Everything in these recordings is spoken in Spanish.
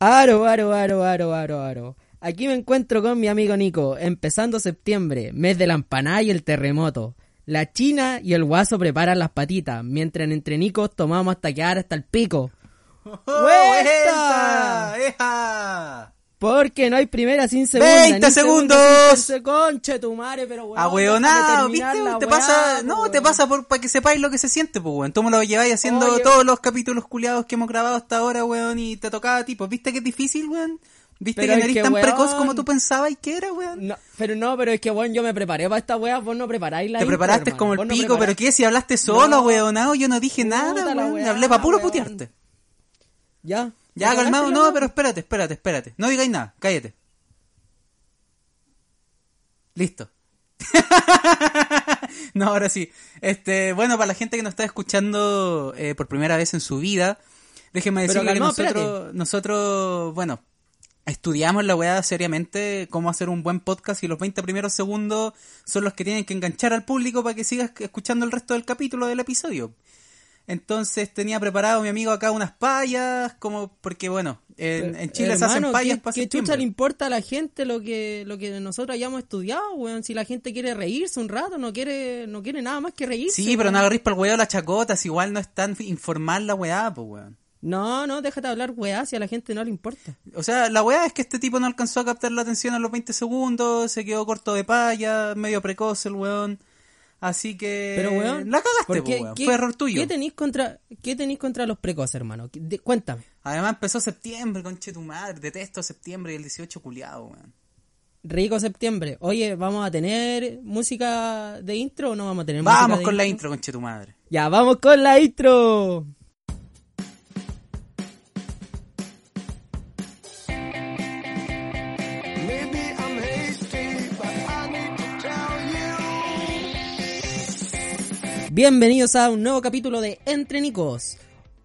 Aro, aro, aro, aro, aro, aro. Aquí me encuentro con mi amigo Nico, empezando septiembre, mes de la empanada y el terremoto. La China y el guaso preparan las patitas, mientras entre Nicos tomamos hasta quedar hasta el pico. ¡Vuelta! ¡Vuelta! ¡Eja! Porque no hay primera sin segunda. 20 ni segunda segundos. sin tercera. Conche tu madre, pero weón. Ah, déjame weonado, terminar ¿viste? la Te weá, pasa, po, no, weón. te pasa por para que sepáis lo que se siente, pues, weón. Tú me lo lleváis haciendo Oye. todos los capítulos culiados que hemos grabado hasta ahora, weón, y te tocaba a ti, pues, ¿viste que es difícil, weón? ¿Viste Pero es que no eres que, tan weón. precoz como tú pensabas y que era, weón? No, pero no, pero es que weón, yo me preparé para esta weá, vos no preparáis la Te intro, preparaste hermano, como el vos no pico, pero preparás- ¿qué? Si hablaste solo, No. weonado, yo no dije Puta nada, la weón. weá, Hablé para puro weón. putearte. Ya. ¿Me Ya, cagaste calmado, la no, weá? pero espérate, espérate, espérate. No digáis nada, cállate. Listo. no, ahora sí. Este, bueno, para la gente que nos está escuchando eh, por primera vez en su vida, déjenme Pero decirle que calmado, nosotros, nosotros, bueno, estudiamos la weá seriamente, cómo hacer un buen podcast y los 20 primeros segundos son los que tienen que enganchar al público para que sigas escuchando el resto del capítulo del episodio. Entonces tenía preparado mi amigo acá unas payas, como porque bueno, en, en Chile se hacen Hermano, payas ¿qué- para ¿Qué chucha septiembre. le importa a la gente lo que, lo que nosotros hayamos estudiado, weón? Si la gente quiere reírse un rato, no quiere, no quiere nada más que reírse. Sí, pero weón. no agarrís para el weón las chacotas, igual no es tan informal la weá, pues weón. No, no, déjate hablar weá, si a la gente no le importa. O sea, la weá es que este tipo no alcanzó a captar la atención a los 20 segundos, se quedó corto de paya, medio precoz el weón. Así que. Pero weón, Eh, La cagaste, ¿por qué- pues, weón. qué- Fue error tuyo. ¿Qué tenéis contra, qué tenéis contra los precoces, hermano? ¿Qué- de- cuéntame. Además empezó septiembre, conche tu madre. Detesto septiembre y el 18 culiado, weón. Rico septiembre. Oye, ¿vamos a tener música de intro o no vamos a tener música Vamos de con la intro, conche tu madre. Ya, vamos con la intro. Maybe I'm hasty, but I need to tell you. Bienvenidos a un nuevo capítulo de Entre Nicos.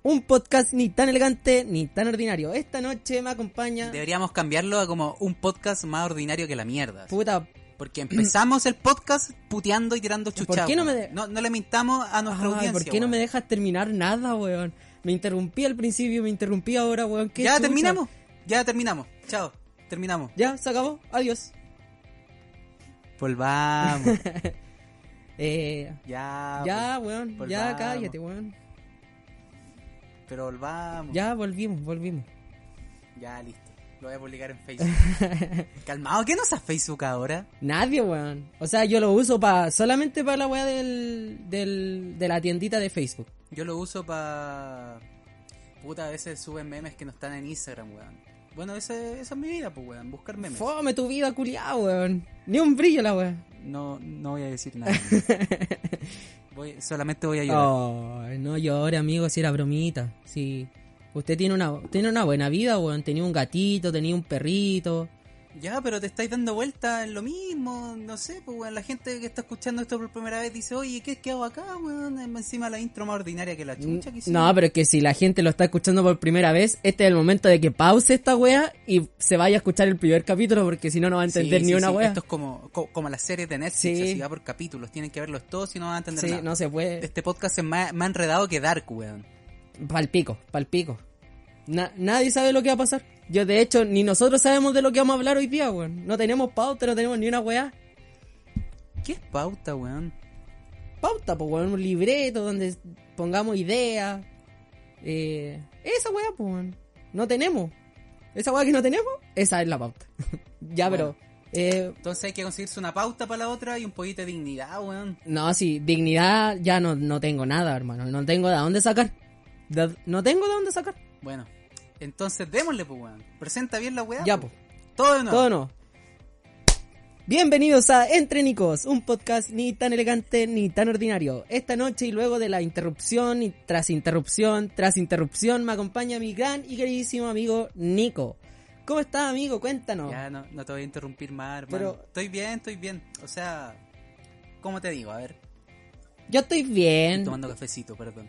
Un podcast ni tan elegante ni tan ordinario. Esta noche me acompaña. Deberíamos cambiarlo a como un podcast más ordinario que la mierda. Puta. Porque empezamos el podcast puteando y tirando chuchadas. qué no me weón. de- no, no le mintamos a nuestra Ay, audiencia. ¿Por qué no weón. me dejas terminar nada, weón? Me interrumpí al principio, me interrumpí ahora, weón. ¿Qué Ya chucha? terminamos. Ya terminamos. Chao. Terminamos. Ya, se acabó. Adiós. Volvamos. Eh, ya. pues, ya, weón. volvamos. Ya, cállate, weón. pues, Pero volvamos. Ya. Ya, volvimos, volvimos. listo. Lo voy a publicar en Facebook. Calmado, ¿qué no usas Facebook ahora? Nadie, weón. O sea, yo lo uso para solamente para la weá del, del, de la tiendita de Facebook. Yo lo uso para. Puta, a veces suben memes que no están en Instagram, weón. Bueno, ese- esa es mi vida, pues, weón. Buscar memes. Fome tu vida, culiao, weón. Ni un brillo la weá. No, no voy a decir nada. voy, solamente voy a llorar. Oh. Ay, no llore, amigo, si era bromita. Si usted tiene una, tiene una buena vida, weón. Tenía un gatito, tenía un perrito. Ya, pero te estáis dando vuelta en lo mismo, no sé, pues weón, la gente que está escuchando esto por primera vez dice, oye, ¿qué, qué hago acá, weón? Encima la intro más ordinaria que la chucha que hicimos. Mm, No, pero es que si la gente lo está escuchando por primera vez, este es el momento de que pause esta wea y se vaya a escuchar el primer capítulo porque si no, no va a Sí, entender sí, ni una sí, wea. Esto es como, co- como las series de Netflix, Sí. así va por capítulos, tienen que verlos todos y no van a entender Sí, nada. no se puede. Este podcast es más, más enredado que Dark, weón. Palpico, palpico. Na- nadie sabe lo que va a pasar. Yo, de hecho, ni nosotros sabemos de lo que vamos a hablar hoy día, weón. No tenemos pauta, no tenemos ni una weá. ¿Qué es pauta, weón? pauta, pues, weón, un libreto donde pongamos ideas. Eh, esa weá, pues, weón. No tenemos. Esa weá que no tenemos, esa es la pauta. ya, Bueno. pero. eh, Entonces hay que conseguirse una pauta para la otra y un poquito de dignidad, weón. no, sí, dignidad ya no, no tengo nada, hermano. No tengo de dónde sacar. De- no tengo de dónde sacar. Bueno, entonces démosle, pues, weón. Presenta bien la weá. Ya, pues. pues. Todo de nuevo. Todo no. Bienvenidos a Entre Nicos, un podcast ni tan elegante ni tan ordinario. Esta noche y luego de la interrupción y tras interrupción, tras interrupción, me acompaña mi gran y queridísimo amigo Nico. ¿Cómo estás, amigo? Cuéntanos. Ya, no, no te voy a interrumpir más, hermano. Pero- Estoy bien, estoy bien. O sea, ¿cómo te digo? A ver, estoy Yo estoy bien. tomando cafecito, perdón.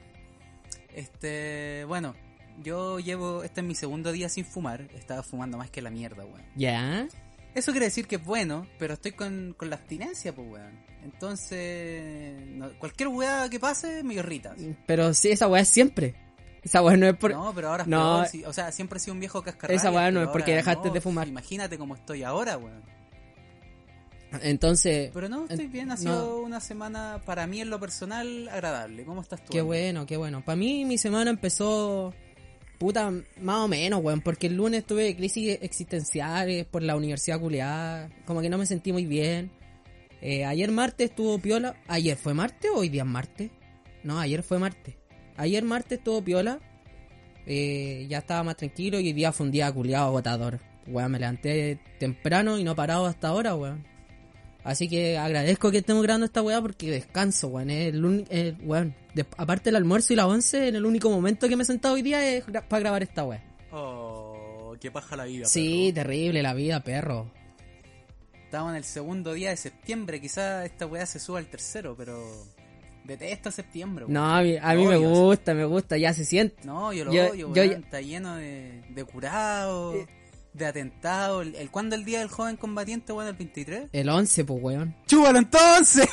Este, bueno, yo llevo, este es mi segundo día sin fumar. Estaba fumando más que la mierda, weón. ¿Ya? Eso quiere decir que es bueno, pero estoy con, con la abstinencia, pues, weón. Entonces, no- cualquier weá que pase me irrita. así. Pero sí, esa weá es siempre. Esa weá no es por... No, pero ahora es No. peor, sí. O sea, siempre he sido un viejo cascarrabias. Esa weá no pero es porque ahora dejaste de fumar. Imagínate cómo estoy ahora, weón. Entonces, Pero no, estoy En- bien. Ha no. sido una semana, para mí en lo personal, agradable. ¿Cómo estás tú? qué amigo? bueno, qué bueno. Para mí mi semana empezó puta más o menos, weón, porque el lunes tuve crisis existenciales por la universidad culeada, como que no me sentí muy bien. Eh, ayer martes estuvo piola. ¿Ayer fue martes o hoy día es martes? No, ayer fue martes. Ayer martes estuvo piola. Eh, ya estaba más tranquilo y hoy día fue un día culiado agotador. Weón, me levanté temprano y no he parado hasta ahora, weón. Así que agradezco que estemos grabando esta weá porque descanso, weón. Es el uni- eh, weón. Des- aparte el almuerzo y la once, en el único momento que me he sentado hoy día es para grabar esta weá. Oh, qué paja la vida. Sí, terrible la vida, perro. perro. Estamos en el segundo día de septiembre. Quizá esta weá se suba al tercero, pero. Detesto septiembre, weón. No, a mí, a mí Lo me odio. gusta, me gusta, ya se siente. No, yo lo Yo- odio, yo- Eh. weón. Está lleno de, de curados, de atentados. El, el- ¿Cuándo el día del joven combatiente, weón? ¿El 23? El 11, pues, weón. ¡Chúbalo entonces!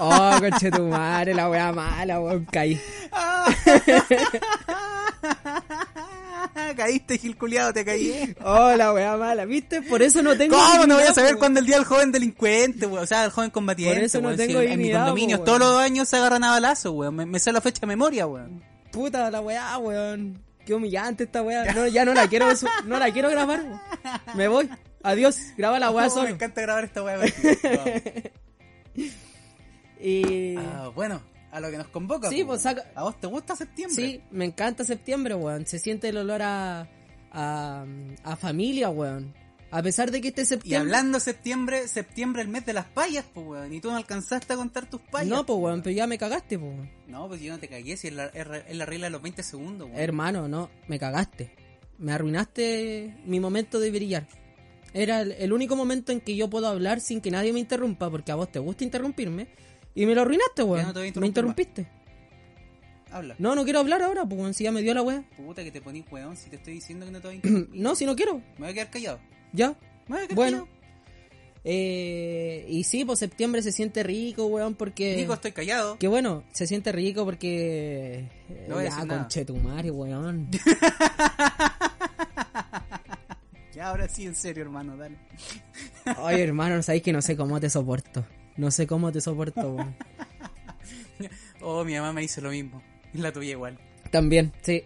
Oh, coche tu madre, la weá mala, weón, caí. Caíste, Gil culiao, te caí. Oh, la weá mala, ¿viste? Por eso no tengo. ¿Cómo no voy a dignidad, saber po, cuándo el día del joven delincuente, weón? O sea, el joven combatiente. Por eso no weón. tengo en- en mi dignidad, condominio po, todos weón. los años se agarran a balazos, weón. Me, me sé la fecha de memoria, weón. weón? Puta la weá, weón. Qué humillante esta weá. No, ya no la quiero, su- no la quiero grabar, weón. Me voy. Adiós, graba la weá Oh, me solo. encanta grabar esta weá. weón. Y. Ah, bueno, a lo que nos convoca. Sí, po, pues, weón. saca- ¿A vos te gusta septiembre? Sí, me encanta septiembre, weón. Se siente el olor a. a, a familia, weón. A pesar de que este Y septiembre. hablando de septiembre, septiembre el mes de las payas, pues weón. Y tú no alcanzaste a contar tus payas. No, pues, po, weón, pero ya me cagaste, pues. weón. No, pues yo no te cagué, si es la, es re- es la regla de los 20 segundos, weón. Hermano, no, me cagaste. Me arruinaste mi momento de brillar. Era el, el único momento en que yo puedo hablar sin que nadie me interrumpa, porque a vos te gusta interrumpirme. Y me lo arruinaste, weón. no te voy a me interrumpir interrumpiste. Habla. No, no quiero hablar ahora, pues, weón, si ya me dio la weá. Puta que te ponís, weón, si te estoy diciendo que no te voy a interrumpir. No, si no quiero. Me voy a quedar callado. Ya. Me voy a quedar Bueno. callado. Eh, y sí, pues septiembre se siente rico, weón, porque... Nico, estoy callado. Que bueno, se siente rico porque. eh, No voy a ya, decir nada. conchetumare, weón. Ya, ahora sí, en serio, hermano, dale. Ay, hermano, sabéis que no sé cómo te soporto. No sé cómo te soporto, weón. Oh, mi mamá me hizo lo mismo. Y La tuya igual. También, sí.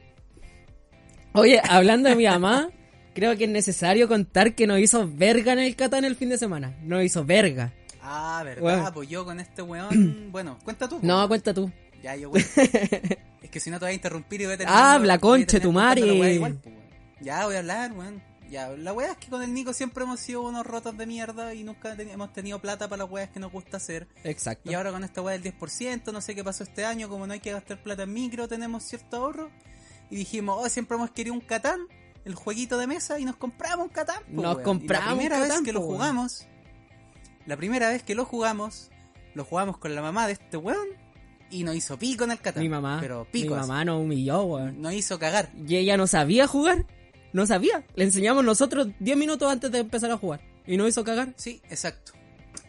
Oye, hablando de mi mamá, creo que es necesario contar que nos hizo verga en el Catán el fin de semana. Nos hizo verga. Ah, verdad, Weón. pues yo con este weón. bueno, cuenta tú. No, cuenta tú. weón. Ya, yo, weón. es que si no te voy a interrumpir y voy a tener. Habla, voy a tener conche tu contando la madre. weá igual, pues, weón. Ya, voy a hablar, weón. Ya, la weá es que con el Nico siempre hemos sido unos rotos de mierda y nunca ten- hemos tenido plata para las weas que nos gusta hacer. Exacto. Y ahora con esta weá del 10%, no sé qué pasó este año, como no hay que gastar plata en micro, tenemos cierto ahorro. Y dijimos, oh, siempre hemos querido un Catán, el jueguito de mesa, y nos compramos un Catán. po, Nos weón. compramos Y la un primera Catán, vez que po, lo weón. jugamos, la primera vez que lo jugamos, lo jugamos con la mamá de este weón, y nos hizo pico en el Catán. mi mamá. Pero mi pico. así. mamá nos humilló, weón. Nos hizo cagar. Y ella no sabía jugar. No sabía. Le enseñamos nosotros 10 minutos antes de empezar a jugar. Y nos hizo cagar. Sí, exacto.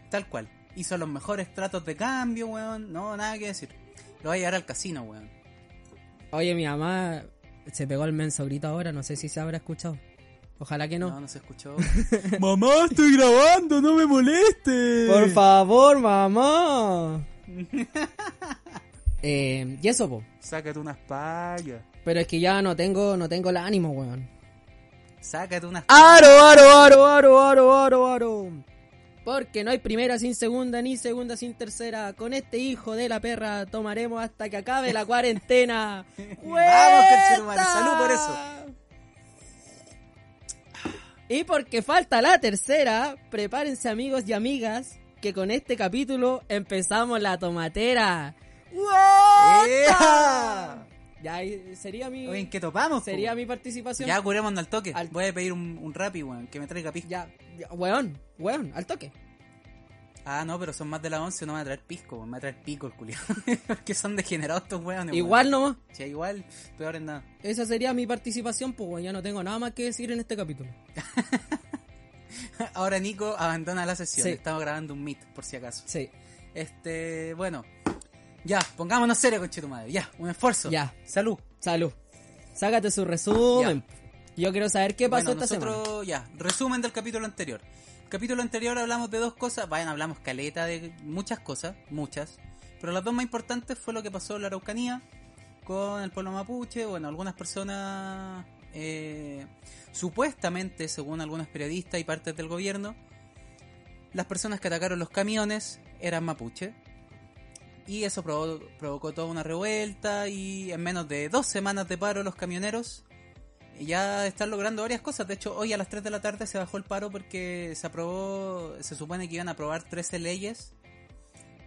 Tal cual. Hizo los mejores tratos de cambio, weón. No, nada que decir. Lo va a llevar al casino, weón. Oye, mi mamá se pegó el menso grito ahora, no sé si se habrá escuchado. Ojalá que no. No, no se escuchó. Mamá, estoy grabando, no me moleste. Por favor, mamá. Eh, y eso, po. Sácate unas payas. Pero es que ya no tengo, no tengo el ánimo, weón. Sácate unas Aro, aro, aro, aro, aro, aro, aro. Porque no hay primera sin segunda, ni segunda sin tercera. Con este hijo de la perra tomaremos hasta que acabe la cuarentena. conchetumare, salud por eso. Y porque falta la tercera, prepárense amigos y amigas, que con este capítulo empezamos la tomatera. ¡Ea! Ya ahí sería mi, Oye, ¿en qué topamos? po, sería weón? mi participación. Ya curémonos al toque. Al- Voy a pedir un, un rapi, weón, que me traiga pisco. ya, ya, weón, weón, al toque. Ah, no, pero son más de las 11, no me va a traer pisco, weón. Me va a traer pico el culiado. Porque son degenerados estos weones, weón. Igual nomás. Sí, igual, peor en nada. Esa sería mi participación, pues weón, ya no tengo nada más que decir en este capítulo. Ahora Nico abandona la sesión. Sí. Estamos grabando un meet, por si acaso. Sí. Este, bueno. Ya, pongámonos serio, conche tu madre. Ya, un esfuerzo. Ya. Salud. Salud. Sácate su resumen. Yo quiero saber qué pasó Bueno, esta semana. nosotros, ya, resumen del capítulo anterior. El capítulo anterior hablamos de dos cosas, vayan, hablamos caleta de muchas cosas, muchas, pero las dos más importantes fue lo que pasó en la Araucanía con el pueblo mapuche, bueno, algunas personas, eh, supuestamente, según algunos periodistas y partes del gobierno, las personas que atacaron los camiones eran mapuche. Y eso provo- provocó toda una revuelta y en menos de dos semanas de paro los camioneros y ya están logrando varias cosas. De hecho, hoy a las 3 de la tarde se bajó el paro porque se aprobó, se supone que iban a aprobar 13 leyes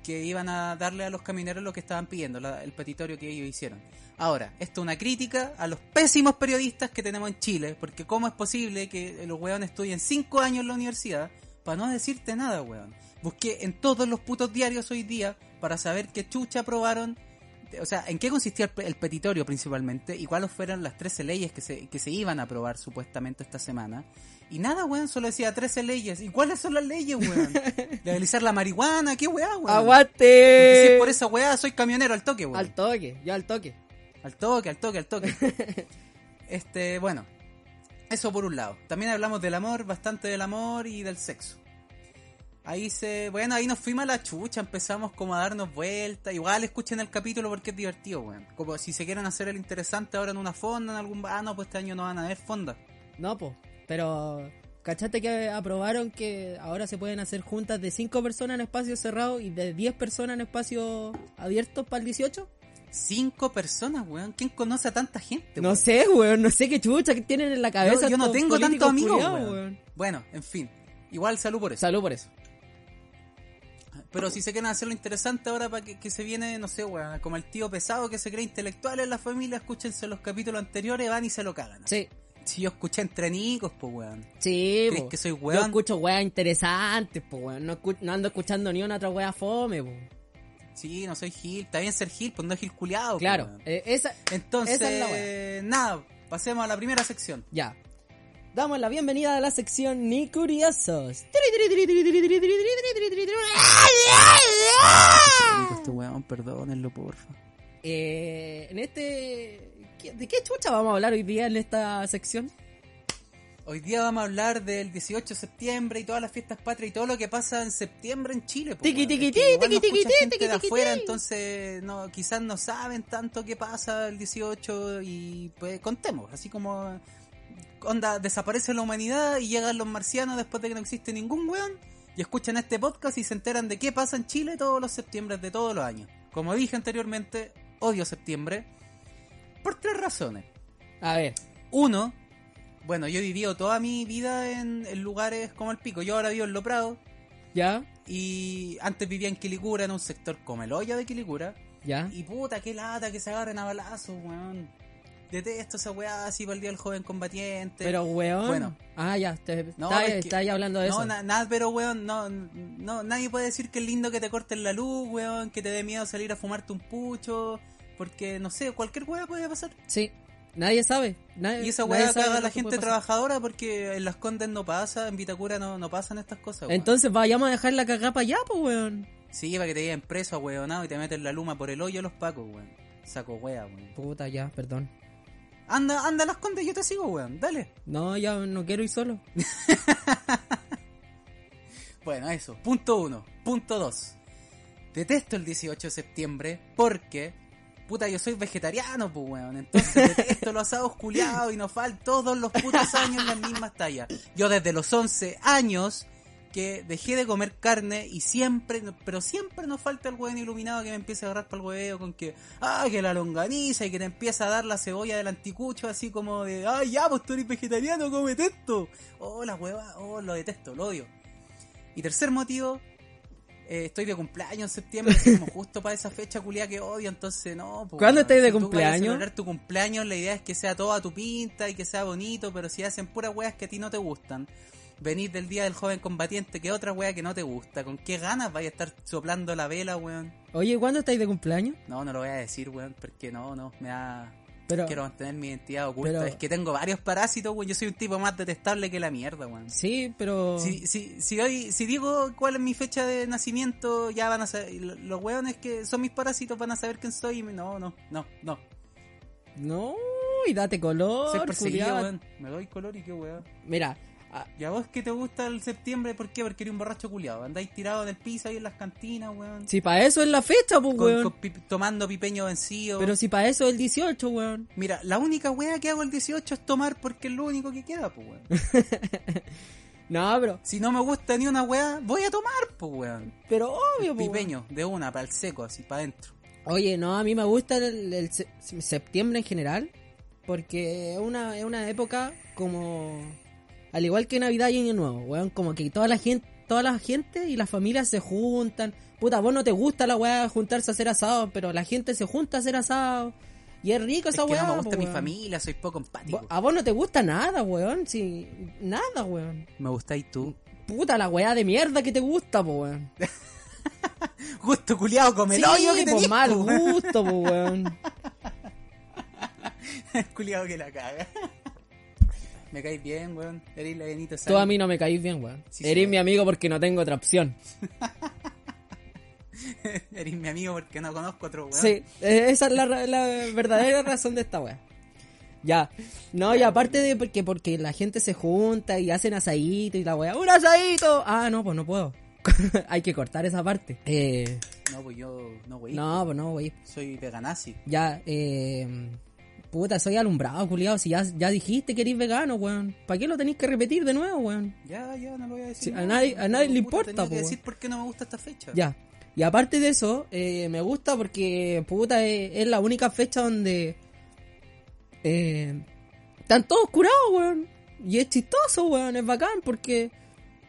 que iban a darle a los camineros lo que estaban pidiendo, la- el petitorio que ellos hicieron. Ahora, esto es una crítica a los pésimos periodistas que tenemos en Chile, porque ¿cómo es posible que los weones estudien 5 años en la universidad para no decirte nada, weón? Busqué en todos los putos diarios hoy día para saber qué chucha aprobaron o sea, ¿en qué consistía el, pe- el petitorio principalmente? ¿Y cuáles fueron las 13 leyes que se, que se iban a aprobar supuestamente esta semana? Y nada, weón, solo decía 13 leyes. ¿Y cuáles son las leyes, weón? Legalizar la marihuana, qué weá, weón. Porque si ¡Aguante! es por esa weá, soy camionero al toque, weón. Al toque, yo al toque. Al toque, al toque, al toque. este, bueno. Eso por un lado. También hablamos del amor, bastante del amor y del sexo. Ahí se. Bueno, ahí nos fuimos a la chucha, empezamos como a darnos vueltas. Igual escuchen el capítulo porque es divertido, weón. Como si se quieren hacer el interesante ahora en una fonda, en algún. Ah, no, pues este año no van a haber fonda. No, po. Pero, ¿cachaste que aprobaron que ahora se pueden hacer juntas de 5 personas en espacio cerrado y de 10 personas en espacio abiertos para el 18? Cinco personas, weón. ¿Quién conoce a tanta gente, No weón? sé, weón. No sé qué chucha que tienen en la cabeza. Yo, yo no estos tengo tantos políticos amigos, culiados, weón. Bueno, en fin. Igual salud por eso. Salud por eso. Pero si se quieren hacer lo interesante ahora para que, que se viene, no sé, weón, como el tío pesado que se cree intelectual en la familia, escúchense los capítulos anteriores, van y se lo cagan. Sí. Si yo escuché entre nicos, pues weón. Sí, ¿Crees po. que soy Yo weón? escucho weas interesantes, po, weón. No, escu- no ando escuchando ni una otra wea fome, po. Sí, no soy Gil, está bien ser Gil, pues no es Gil culiado. pues, Claro. weón. eh, esa, Entonces, esa es la nada, pasemos a la primera sección. Ya. Damos la bienvenida a la sección Ni Curiosos. Eh, Este weón, perdónenlo, porfa. en este... ¿qué- ¿De qué chucha vamos a hablar hoy día en esta sección? Hoy día vamos a hablar del 18 de septiembre y todas las fiestas patrias y todo lo que pasa en septiembre en Chile. po, Tiqui, weón. tiqui, Es que igual tiqui, no tiqui, escucha tiqui, gente de tiqui, afuera, tiqui. entonces no, quizás no saben tanto qué pasa el 18 y pues contemos, así como onda, desaparece la humanidad y llegan los marcianos después de que no existe ningún weón y escuchan este podcast y se enteran de qué pasa en Chile todos los septiembre de todos los años. Como dije anteriormente, odio septiembre por tres razones. A ver. Uno, bueno, yo he vivido toda mi vida en, en lugares como el pico. Yo ahora vivo en Lo Prado ¿Ya? y antes vivía en Quilicura, en un sector como el hoyo de Quilicura. ¿Ya? Y puta, qué lata que se agarren a balazos, weón. Detesto esa weá así para el día del joven combatiente. Pero, weón... Bueno. Ah, ya. Te, No, está, es que- está ahí hablando de no, eso. na- nada, pero weón, no, no, nadie puede decir que es lindo que te corten la luz, weón, que te dé miedo salir a fumarte un pucho, porque no sé, cualquier weá puede pasar. Sí. Nadie sabe. Nadie, Y esa nadie weá sabe caga a lo la que puede gente pasar. trabajadora porque en las Condes no pasa, en Vitacura no, no pasan estas cosas. weón. Entonces vayamos a dejar la cagada para allá, pues, weón. Sí, para que te lleven preso, weonado, y te meten la luma por el hoyo los pacos, weón. Saco wea, weón. Puta, ya, perdón. Anda, anda a las Condes, yo te sigo, weón, dale. No, ya no quiero ir solo. Bueno, eso. Punto uno. Punto dos. Detesto el 18 de septiembre porque, puta, yo soy vegetariano, pues, weón. Entonces detesto los asados culiados y nos fal todos los putos años las mismas tallas. Yo desde los 11 años que dejé de comer carne y siempre, pero siempre nos falta el weón iluminado que me empieza a agarrar para el hueveo con que, ah, que la longaniza y que te empieza a dar la cebolla del anticucho así como de, ah, ya, pues tú eres vegetariano, comete esto. Oh, la hueva, oh, lo detesto, lo odio. Y tercer motivo, eh, estoy de cumpleaños en septiembre, así como justo para esa fecha culiada que odio, entonces no. pues, ¿Cuándo weón, estáis de si tú vayas a cumpleaños? celebrar tu cumpleaños, la idea es que sea todo a tu pinta y que sea bonito, pero si hacen puras weas que a ti no te gustan, venís del día del joven combatiente, que otra wea que no te gusta, ¿con qué ganas vais a estar soplando la vela, weón? Oye, ¿cuándo estáis de cumpleaños? No, no lo voy a decir, weón, porque no, no, me da... Pero Quiero mantener mi identidad oculta. pero- Es que tengo varios parásitos, weón. Yo soy un tipo más detestable que la mierda, weón. sí, pero Si, si, si, doy- si digo cuál es mi fecha de nacimiento, ya van a saber. lo- Los weones que son mis parásitos van a saber quién soy. y me- No, no, no, no. no, Uy, date Ser color. perseguido, culiao. weón. Me doy color y qué weón. Mira, ah, a- ¿Y a vos que te gusta el septiembre? ¿Por qué? Porque eres un borracho culiado. Andáis tirado en el piso ahí en las cantinas, weón. si para eso es la fecha, pues, Con- weón. con pi- tomando pipeño vencido. Pero si para eso es el 18, weón. Mira, la única weá que hago el 18 es tomar porque es lo único que queda, pues weón. No, pero, Si no me gusta ni una weá, voy a tomar, pues weón. pero obvio, pues. weón. Pipeño, de una, para el seco, así, para adentro. Oye, no, a mí me gusta el, el se- septiembre en general, porque es una, es una época como, al igual que Navidad y Año Nuevo, weón, como que toda la gente, toda la gente y las familias se juntan. Puta, vos no te gusta la weá de juntarse a hacer asado, pero la gente se junta a hacer asado. Y es rico Es esa que weá. no me gusta po, mi weón. familia, soy poco empático. Vo- A vos no te gusta nada, weón, sí, nada, weón. Me gustáis tú. Puta, la weá de mierda que te gusta, po, weón. Gusto culiado, come el hoyo que po, tenés, pues, mal pues, po, weón. gusto, po, weón. culiado que la caga. me caes bien, weón. Eres la venita Tú a mí no me caís bien, weón. Sí, Eres sí. mi amigo porque no tengo otra opción. Eres mi amigo porque no conozco otro weón. Sí, eh, esa es la, ra- la verdadera razón de esta weá. Ya. No, y aparte de porque, porque la gente se junta y hacen asadito y la weá. ¡Un asadito! Ah, no, pues no puedo. Hay que cortar esa parte. Eh, No, pues yo, no, weón. no, pues no, wey. Soy veganazi. Ya, eh. Puta, soy alumbrado, culiado. Si ya, ya dijiste que eres vegano, weón. ¿Para qué lo tenéis que repetir de nuevo, weón? Ya, ya, no lo voy a Sí, decir. a más, nadie- weón. a nadie le Puta, importa, tenía po, que weón. decir por qué no me gusta esta fecha. Ya. Y aparte de eso, eh, me gusta porque, puta, eh, es, es la única fecha donde eh, están todos curados, weón. Y es chistoso, weón, es bacán porque,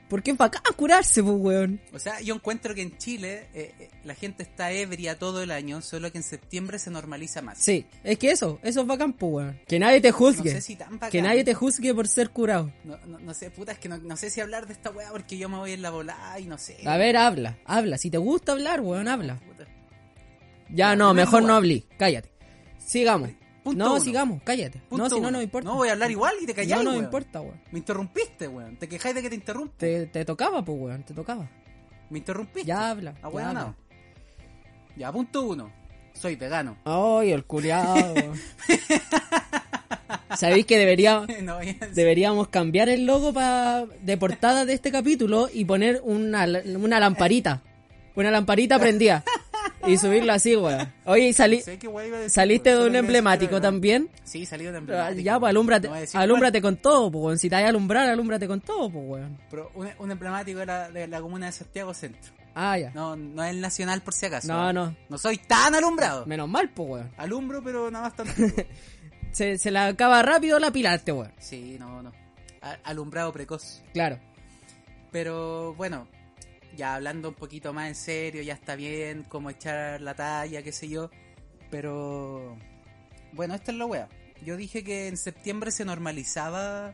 porque es bacán curarse, pues, weón. O sea, yo encuentro que en Chile eh, eh, la gente está ebria todo el año, solo que en septiembre se normaliza más. Sí, es que eso, eso es bacán, pues, weón. Que nadie te No juzgue. sé si tan bacán. que nadie te juzgue por ser curado. No, no, no sé, puta, es que no, no sé si hablar de esta weá porque yo me voy en la volada y no sé. A ver, habla, habla. Si te gusta hablar, weón, habla. Puta. Ya Ya, no, primero mejor no lugar. hablé. Cállate. Sigamos. Punto no, uno. sigamos, cállate. Punto no, si no, uno. no importa. No voy a hablar igual y te calláis, No, no weón. importa, weón. Me interrumpiste, weón. Te quejáis de que te interrumpo. Te, te tocaba, pues, weón, te tocaba. Me interrumpiste. Ya habla, Ah, ya weón, habla. no. Ya, punto uno. Soy vegano. Ay, el culiado. Sabéis que debería, no, ya- deberíamos cambiar el logo pa- de portada de este capítulo y poner una, la- una lamparita. Una lamparita prendida. Y subirlo así, weón. Oye, y sali- sé qué weá iba a decir, saliste weón. de Solo un iba a decir emblemático vegano. también. Sí, salí de un Ah, emblemático. Ya, pues, weón. alúmbrate, No voy a decir alúmbrate con todo, pues, weón. Si te vas a alumbrar, alúmbrate con todo, pues, weón. cuál, Pero un, un emblemático de la, de la comuna de Santiago Centro. Ah, ya. No, no es el nacional por si acaso. ¿ah? No, no. No soy tan alumbrado. Menos mal, pues, weón. Alumbro, pero nada más tanto. Se, se la acaba rápido la pila a este, weón. Sí, no, no. A- Alumbrado precoz. Claro. Pero bueno, ya hablando un poquito más en serio, ya está bien, como echar la talla, qué sé yo. Pero bueno, esta es la wea. Yo dije que en septiembre se normalizaba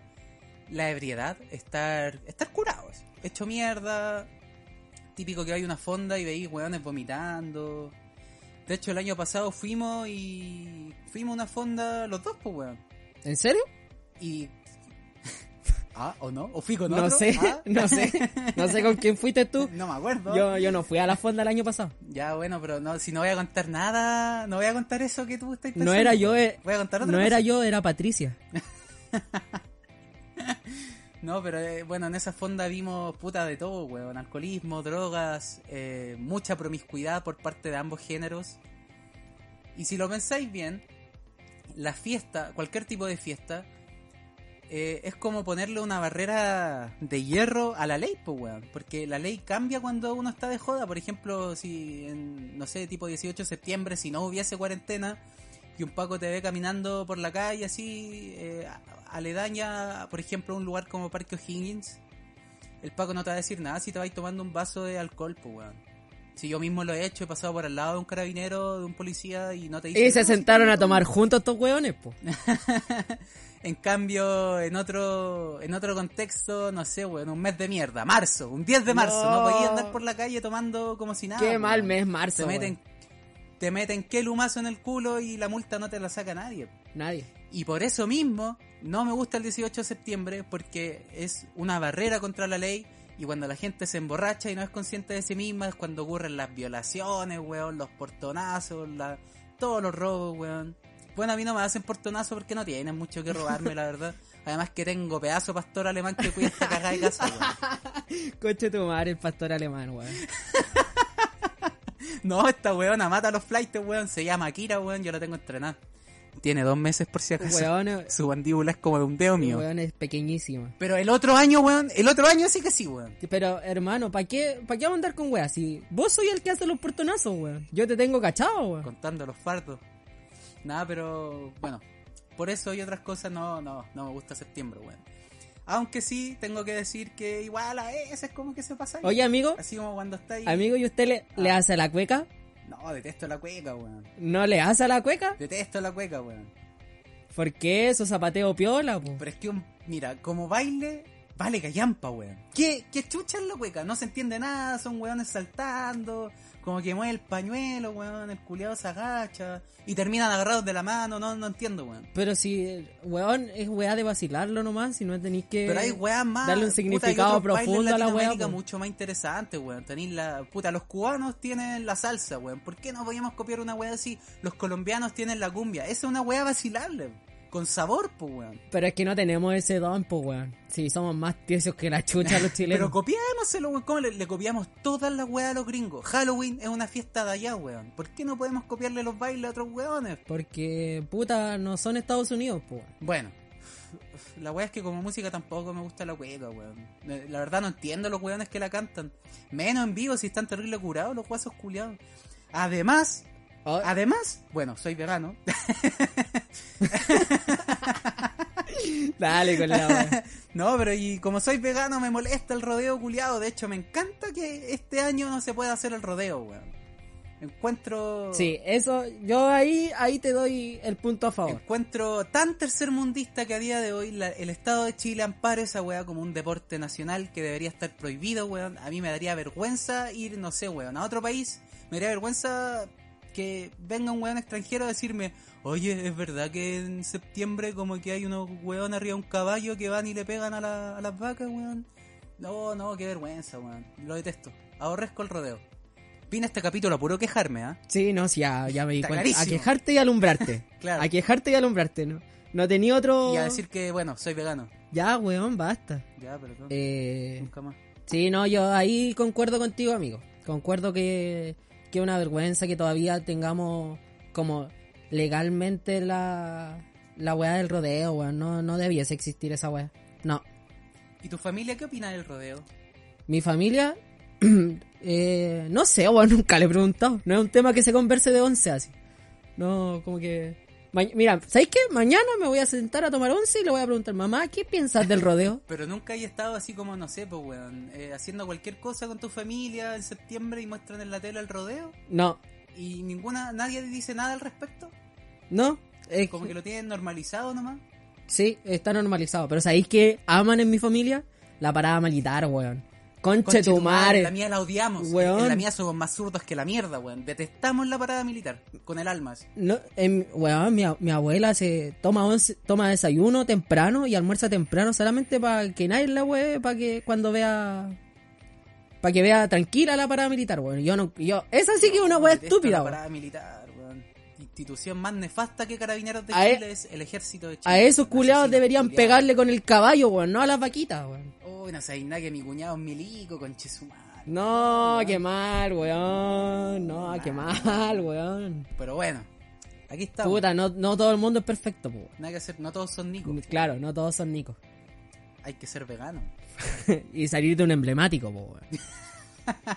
la ebriedad, estar, estar curados, hecho mierda. Típico que hay una fonda y veis weones vomitando. De hecho, el año pasado fuimos y fuimos a una fonda los dos, pues weón. ¿En serio? Y. ¿Ah? ¿O no? ¿O fui con No otro? sé, ¿Ah? no sé, no sé con quién fuiste tú. No me acuerdo. Yo, yo no fui a la fonda el año pasado. Ya, bueno, pero no, si no voy a contar nada, no voy a contar eso que tú estás pensando. No era yo, eh, Voy a contar otra no cosa. era yo, era Patricia. No, pero eh, bueno, en esa fonda vimos puta de todo, weón. Alcoholismo, drogas, eh, mucha promiscuidad por parte de ambos géneros. Y si lo pensáis bien, la fiesta, cualquier tipo de fiesta, eh, es como ponerle una barrera de hierro a la ley, pues, weón. Porque la ley cambia cuando uno está de joda. Por ejemplo, si en, no sé, tipo 18 de septiembre, si no hubiese cuarentena y un Paco te ve caminando por la calle así, eh, a- aledaña, por ejemplo, a un lugar como Parque O'Higgins, el Paco no te va a decir nada si te vais tomando un vaso de alcohol, pues, weón. Si yo mismo lo he hecho, he pasado por al lado de un carabinero, de un policía y no te dice Y se "No, si sentaron te- a tomar juntos estos hueones, po. Ah, en cambio, en otro, en otro contexto, no sé, weón, un mes de mierda, marzo, un 10 de marzo, no, No. podías andar por la calle tomando como si nada. Qué weón. mal mes marzo, Te meten, te meten qué lumazo en el culo y la multa no te la saca nadie. weón. Nadie. Y por eso mismo, no me gusta el 18 de septiembre, porque es una barrera contra la ley. Y cuando la gente se emborracha y no es consciente de sí misma, es cuando ocurren las violaciones, weón, los portonazos, la- todos los robos, weón. Bueno, a mí no me hacen portonazo porque no tienen mucho que robarme, la verdad. Además que tengo pedazo de pastor alemán que cuida esta cagada de casa, weón. Coche tu madre, el pastor alemán, weón. No, esta weona mata a los flights, weón. Se llama Kira, weón. Yo la tengo entrenada. Tiene dos meses por si acaso. Weón, Su mandíbula es como de un dedo mío. weón es pequeñísima. Pero el otro año, weón. El otro año sí que sí, weón. Pero, hermano, ¿para qué, pa' qué vamos a andar con weas? Si vos soy el que hace los portonazos, weón. Yo te tengo cachado, weón. Contando los fardos. Nada, pero bueno. Por eso y otras cosas no, no, no me gusta septiembre, weón. Aunque sí, tengo que decir que igual a veces es como que se pasa. ahí. Oye, amigo, Así Ah. como cuando está ahí. amigo, ¿y usted le, le hace a la cueca? No, detesto la cueca, weón. ¿No le hace a la cueca? Detesto la cueca, weón. Porque eso zapateo piola, po. Pero es que, un, mira, como baile, vale callampa, weón. ¿Qué, ¿Qué chucha es la cueca? No se entiende nada, son weones saltando, como que mueve el pañuelo, weón, el culiado se agacha, y terminan agarrados de la mano, no, no entiendo, weón. Pero si, weón, es weá de vacilarlo nomás, si no tenéis que Pero hay weas más. Eh, darle un puta, hay significado otros bailes profundo a la wea. Latinoamérica po. mucho más interesante, weón. Tenéis la. Puta, los cubanos tienen la salsa, weón. ¿Por qué no podíamos copiar una wea así? Los colombianos tienen la cumbia. Esa es una wea vacilable. Con sabor, pues, weón. Pero es que no tenemos ese don, po, weón. Si somos más tiesos que la chucha los Pero chilenos. copiémoselo, weón. ¿Cómo le, le copiamos todas las weas a los gringos? Halloween es una fiesta de allá, weón. ¿Por qué no podemos copiarle los bailes a otros weones? Porque, puta, no son Estados Unidos, po, weón. Bueno, la wea es que como música tampoco me gusta la cueca, weón. Eh, La verdad no entiendo los weones que la cantan. Menos en vivo si están terrible curados los guasos culiados. Además, Oh, Ah. además, bueno, soy vegano. dale con la weá. no, pero y como soy vegano me molesta el rodeo culiado. De hecho, me encanta que este año no se pueda hacer el rodeo, weón. Encuentro... Sí, eso, yo ahí, ahí te doy el punto a favor. Encuentro tan tercermundista que a día de hoy la- el Estado de Chile ampara esa weá como un deporte nacional que debería estar prohibido, weón. A mí me daría vergüenza ir, no sé, weón, a otro país. Me daría vergüenza que venga un weón extranjero a decirme, oye, es verdad que en septiembre como que hay unos weón arriba de un caballo que van y le pegan a, la- a las vacas, weón. No, no, qué vergüenza, weón. Lo detesto. Aborrezco el rodeo. Vine a este capítulo a puro quejarme, ¿ah? Sí, no, sí, ya, ya me di Está cuenta. A clarísimo. quejarte y alumbrarte. Claro. A quejarte y alumbrarte, ¿no? No tenía otro... Y a decir que, bueno, soy vegano. Ya, weón, basta. Ya, perdón. Eh, Nunca más. sí, no, yo ahí concuerdo contigo, amigo. Concuerdo que que una vergüenza que todavía tengamos como legalmente la, la weá del rodeo, weón. No, no debiese existir esa weá. No. ¿Y tu familia qué opina del rodeo? Mi familia, eh, no sé, weón, nunca le he preguntado. No es un tema que se converse de once así. No, como que... Ma- Mira, ¿sabes qué? Mañana me voy a sentar a tomar once y le voy a preguntar, mamá, ¿qué piensas del rodeo? Pero nunca hay estado así como, no sé, pues, weón, eh, haciendo cualquier cosa con tu familia en septiembre y muestran en la tele el rodeo No, y ninguna, nadie dice nada al respecto. no. Es, Como que lo tienen normalizado nomás. Sí, está normalizado. Pero ¿sabéis que aman en mi familia? La parada militar, weón. Conche tu madre, madre. La mía la odiamos. Weón. En la mía somos más zurdos que la mierda, weón. Detestamos la parada militar, con el alma. así. No, en- weón, mi, a- mi abuela se toma once- toma desayuno temprano y almuerza temprano solamente para que nadie la weón, para que cuando vea... Para que vea tranquila la parada militar, weón. Yo no... Yo, esa sí que es una weón Detesto estúpida, La weón. parada militar, weón. Institución más nefasta que Carabineros de A e- Chile es el ejército de Chile. A esos weón. culeados Asesinos deberían culiados. pegarle con el caballo, weón, no a las vaquitas, weón. Uy, no sabéis nada que mi cuñado es milico, conchesumar. No, qué mal, weón. No, qué mal, weón. Pero bueno, aquí estamos. Puta, no, no todo el mundo es perfecto, po. Nada que hacer, no todos son Nico. Claro, no todos son Nicos. Hay que ser vegano. y salir de un emblemático, po. weón.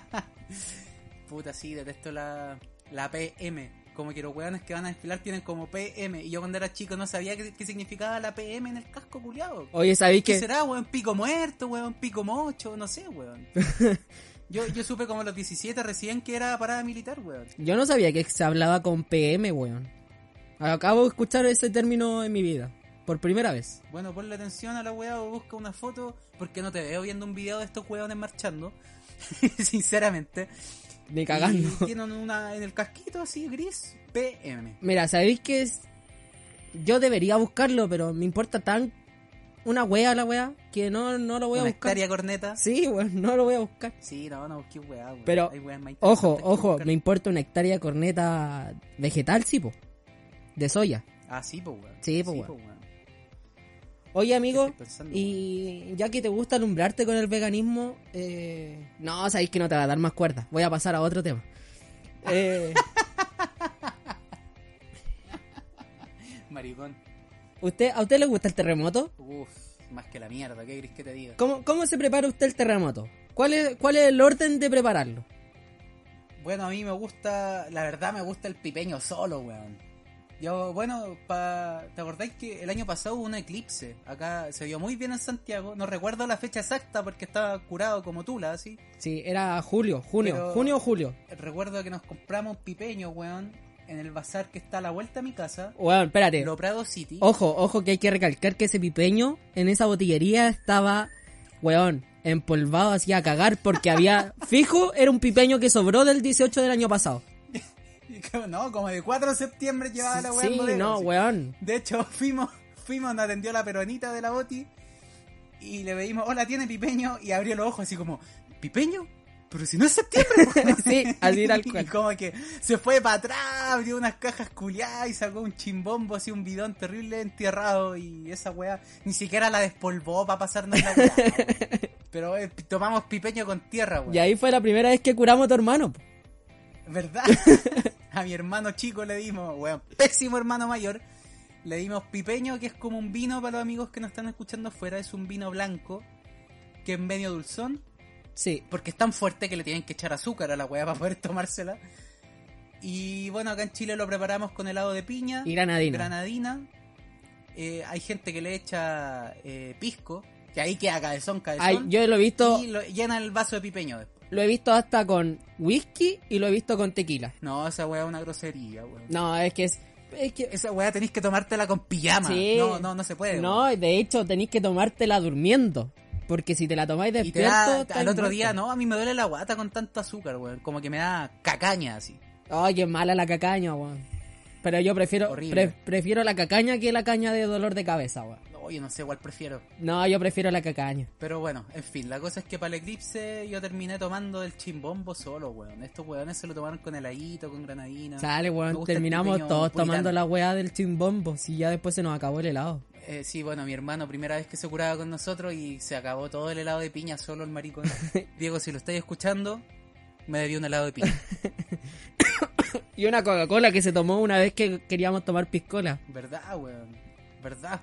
Puta, sí, detesto la, la PM. Como que los hueones que van a desfilar tienen como PM. Y yo cuando era chico no sabía qué, qué significaba la PM en el casco culiado. Oye, ¿sabéis ¿Qué que será, weón? Pico muerto, weón, pico mocho, no sé, weón. Yo, yo supe como a los 17 recién que era parada militar, weón. yo no sabía que se hablaba con PM, weón? Acabo de escuchar ese término en mi vida, por primera vez. Bueno, ponle atención a la weá o busca una foto, porque no te veo viendo un video de estos hueones marchando. Sinceramente. Ni Y cagando. tienen una en el casquito así gris PM. Mira, ¿sabéis que es... yo debería buscarlo, pero me importa tan una wea la wea que no, no lo voy a una buscar. hectárea corneta. Sí, weón, no lo voy a buscar. Sí, no, no, qué weá, weón. Pero, Hay weas más Ojo, interesantes que ojo, buscar. me importa una hectárea de corneta vegetal, sí, po. De soya. Ah, sí, pues, weón. Sí, po, weón. po, weón. Oye, amigo, estoy pensando, y ya que te gusta alumbrarte con el veganismo, eh, no, sabéis que no te va a dar más cuerda. Voy a pasar a otro tema. Eh, Maricón. ¿usted, ¿A usted le gusta el terremoto? Uf, más que la mierda, ¿qué gris que te diga? ¿Cómo, cómo se prepara usted el terremoto? ¿Cuál es, ¿Cuál es el orden de prepararlo? Bueno, a mí me gusta, la verdad me gusta el pipeño solo, weón. Yo, bueno, pa, ¿te acordáis que el año pasado hubo un eclipse? Acá se dio muy bien en Santiago. No recuerdo la fecha exacta porque estaba curado como tula, así. Sí, era julio, junio, Pero- junio o julio. Recuerdo que nos compramos un pipeño, weón, en el bazar que está a la vuelta a mi casa, Bueno, espérate. Lo Prado City. Ojo, ojo que hay que recalcar que ese pipeño en esa botillería estaba, weón, empolvado así a cagar porque había, fijo, era un pipeño que sobró del 18 del año pasado. No, como de 4 de septiembre llevaba la weón. sí, bodega, no, así. weón. De hecho, fuimos, fuimos, nos atendió la peronita de la boti y le pedimos, hola, ¿tiene pipeño? Y abrió los ojos así como, ¿pipeño? Pero si no es septiembre. po". Sí, así tal Y cual. como que se fue para atrás, abrió unas cajas culiadas y sacó un chimbombo así, un bidón terrible entierrado y esa weá ni siquiera la despolvó para pasarnos la weá. weón. Pero eh, tomamos pipeño con tierra, weón. Y ahí fue la primera vez que curamos a tu hermano. po. ¿Verdad? a mi hermano chico le dimos, weón, pésimo hermano mayor. Le dimos pipeño, que es como un vino para los amigos que nos están escuchando afuera. Es un vino blanco, que es medio dulzón, Sí. porque es tan fuerte que le tienen que echar azúcar a la weá para poder tomársela. Y bueno, acá en Chile lo preparamos con helado de piña. Y granadina. Granadina. Eh, hay gente que le echa eh, pisco, que ahí queda cabezón, cabezón. Ay, yo lo he visto, Y lo, llena el vaso de pipeño después. lo he visto hasta con whisky y lo he visto con tequila. No, esa weá es una grosería, weón. No, es que es, es que Esa weá tenés que tomártela con pijama. Sí. No, no, no se puede. no, weón. de hecho tenéis que tomártela durmiendo, porque si te la tomáis Y te da- despierto, al otro día, no, a mí me duele la guata con tanto azúcar, weón. Como que me da cacaña así. Ay, qué mala la cacaña, weón. Pero yo prefiero Horrible. pre- prefiero la cacaña que la caña de dolor de cabeza, weón. No, yo no sé cuál prefiero. No, yo prefiero la cacaña. Pero bueno, en fin, la cosa es que para el eclipse yo terminé tomando el chimbombo solo, weón. Estos weones se lo tomaron con heladito, con granadina. Sale, Me weón. gusta el Terminamos pipeño todos puritano. tomando la weá del chimbombo. Si ya después se nos acabó el helado. Eh, sí, bueno, mi hermano, primera vez que se curaba con nosotros y se acabó todo el helado de piña solo el maricón. Diego, si lo estáis escuchando, me debió un helado de piña. Y una Coca-Cola que se tomó una vez que queríamos tomar piscola. ¿Verdad, weón? ¿Verdad?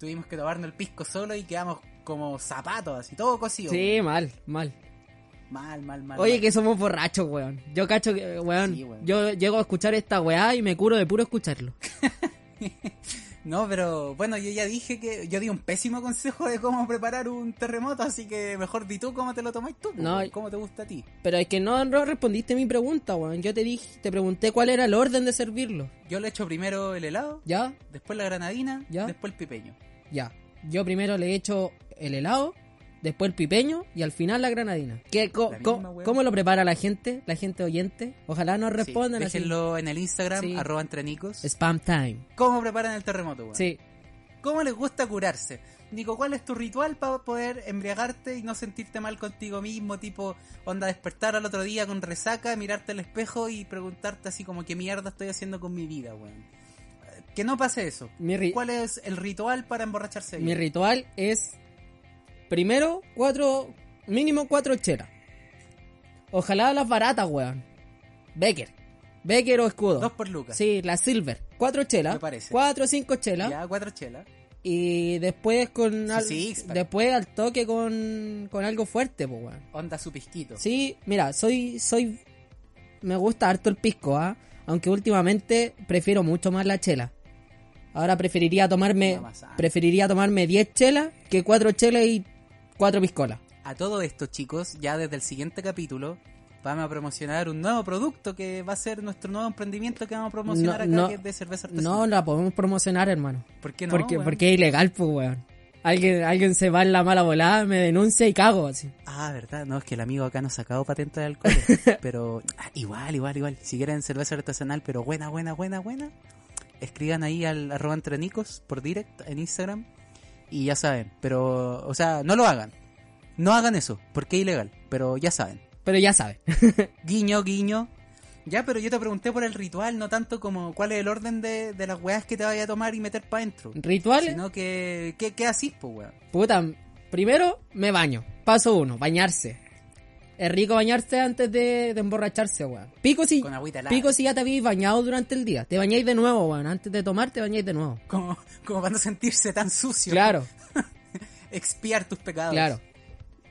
Tuvimos que tomarnos el pisco solo y quedamos como zapatos, así, todo cosido. Sí, mal, mal. weón. Mal, mal, mal. Oye, mal. que somos borrachos, weón. Yo cacho que, weón, Sí, weón. yo llego a escuchar esta weá y me curo de puro escucharlo. No, pero bueno, yo ya dije que yo di un pésimo consejo de cómo preparar un terremoto, así que mejor di tú cómo te lo tomáis tú, No, weón, y- cómo te gusta a ti. Pero es que no, no respondiste mi pregunta, weón. Yo te dije, te pregunté cuál era el orden de servirlo. Yo le echo primero el helado, ¿Ya? después la granadina, ¿Ya? después el pipeño. Ya. Yo primero le echo el helado, después el pipeño y al final la granadina. ¿Qué, co- La co- misma, weón. ¿Cómo lo prepara la gente? La gente oyente. Ojalá nos respondan Sí, así. déjenlo en el Instagram, Sí. arroba entrenicos. Spam time. ¿Cómo preparan el terremoto, weón? Sí. ¿Cómo les gusta curarse? Nico, ¿cuál es tu ritual para poder embriagarte y no sentirte mal contigo mismo? Tipo, onda, despertar al otro día con resaca, mirarte al espejo y preguntarte así como qué mierda estoy haciendo con mi vida, weón. Eh, Que no pase eso. Mi, ri- ¿Cuál es el ritual para emborracharse mi bien? ritual es primero cuatro, mínimo cuatro chelas. Ojalá las baratas, weón. Becker. Becker o escudo. Dos por lucas. Sí, la silver. Cuatro chelas. Me parece. Cuatro o cinco chelas. Ya, cuatro chelas. Y después con Su al- six-pack. después al toque con, con algo fuerte, pues weón. Onda su pisquito. Sí, mira, soy, soy, me gusta harto el pisco, ¿ah? Aunque últimamente prefiero mucho más la chela. Ahora preferiría tomarme, Una masacre. preferiría tomarme 10 chelas que 4 chelas y 4 piscolas. A todo esto, chicos, ya desde el siguiente capítulo vamos a promocionar un nuevo producto que va a ser nuestro nuevo emprendimiento que vamos a promocionar No, acá, no. que es de cerveza No artesanal. la podemos promocionar, hermano. ¿Por qué no? porque, weón? porque es ilegal, pues, weón. Alguien, alguien se va en la mala volada, me denuncia y cago, así. Ah, verdad, no, es que el amigo acá no ha sacado patente de alcohol. pero ah, igual, igual, igual. Si quieren cerveza artesanal, pero buena, buena, buena, buena, escriban ahí al arroba entre nicos por direct en Instagram. Y ya saben, pero, o sea, no lo hagan. No hagan eso, porque es ilegal, pero ya saben. Pero ya sabes. Guiño, guiño. Ya, pero yo te pregunté por el ritual, no tanto como cuál es el orden de, de las weas que te vaya a tomar y meter para adentro. ¿Rituales? Sino que, que, que así, pues, weón. Puta, primero me baño. Paso uno, bañarse. Es rico bañarse antes de, de emborracharse, weón. Pico si, Con agüita helada. pico si ya te habéis bañado durante el día. Te bañáis de nuevo, weón. Antes de tomar, te bañáis de nuevo. Como, como para no sentirse tan sucio. Claro, Expiar tus pecados. claro.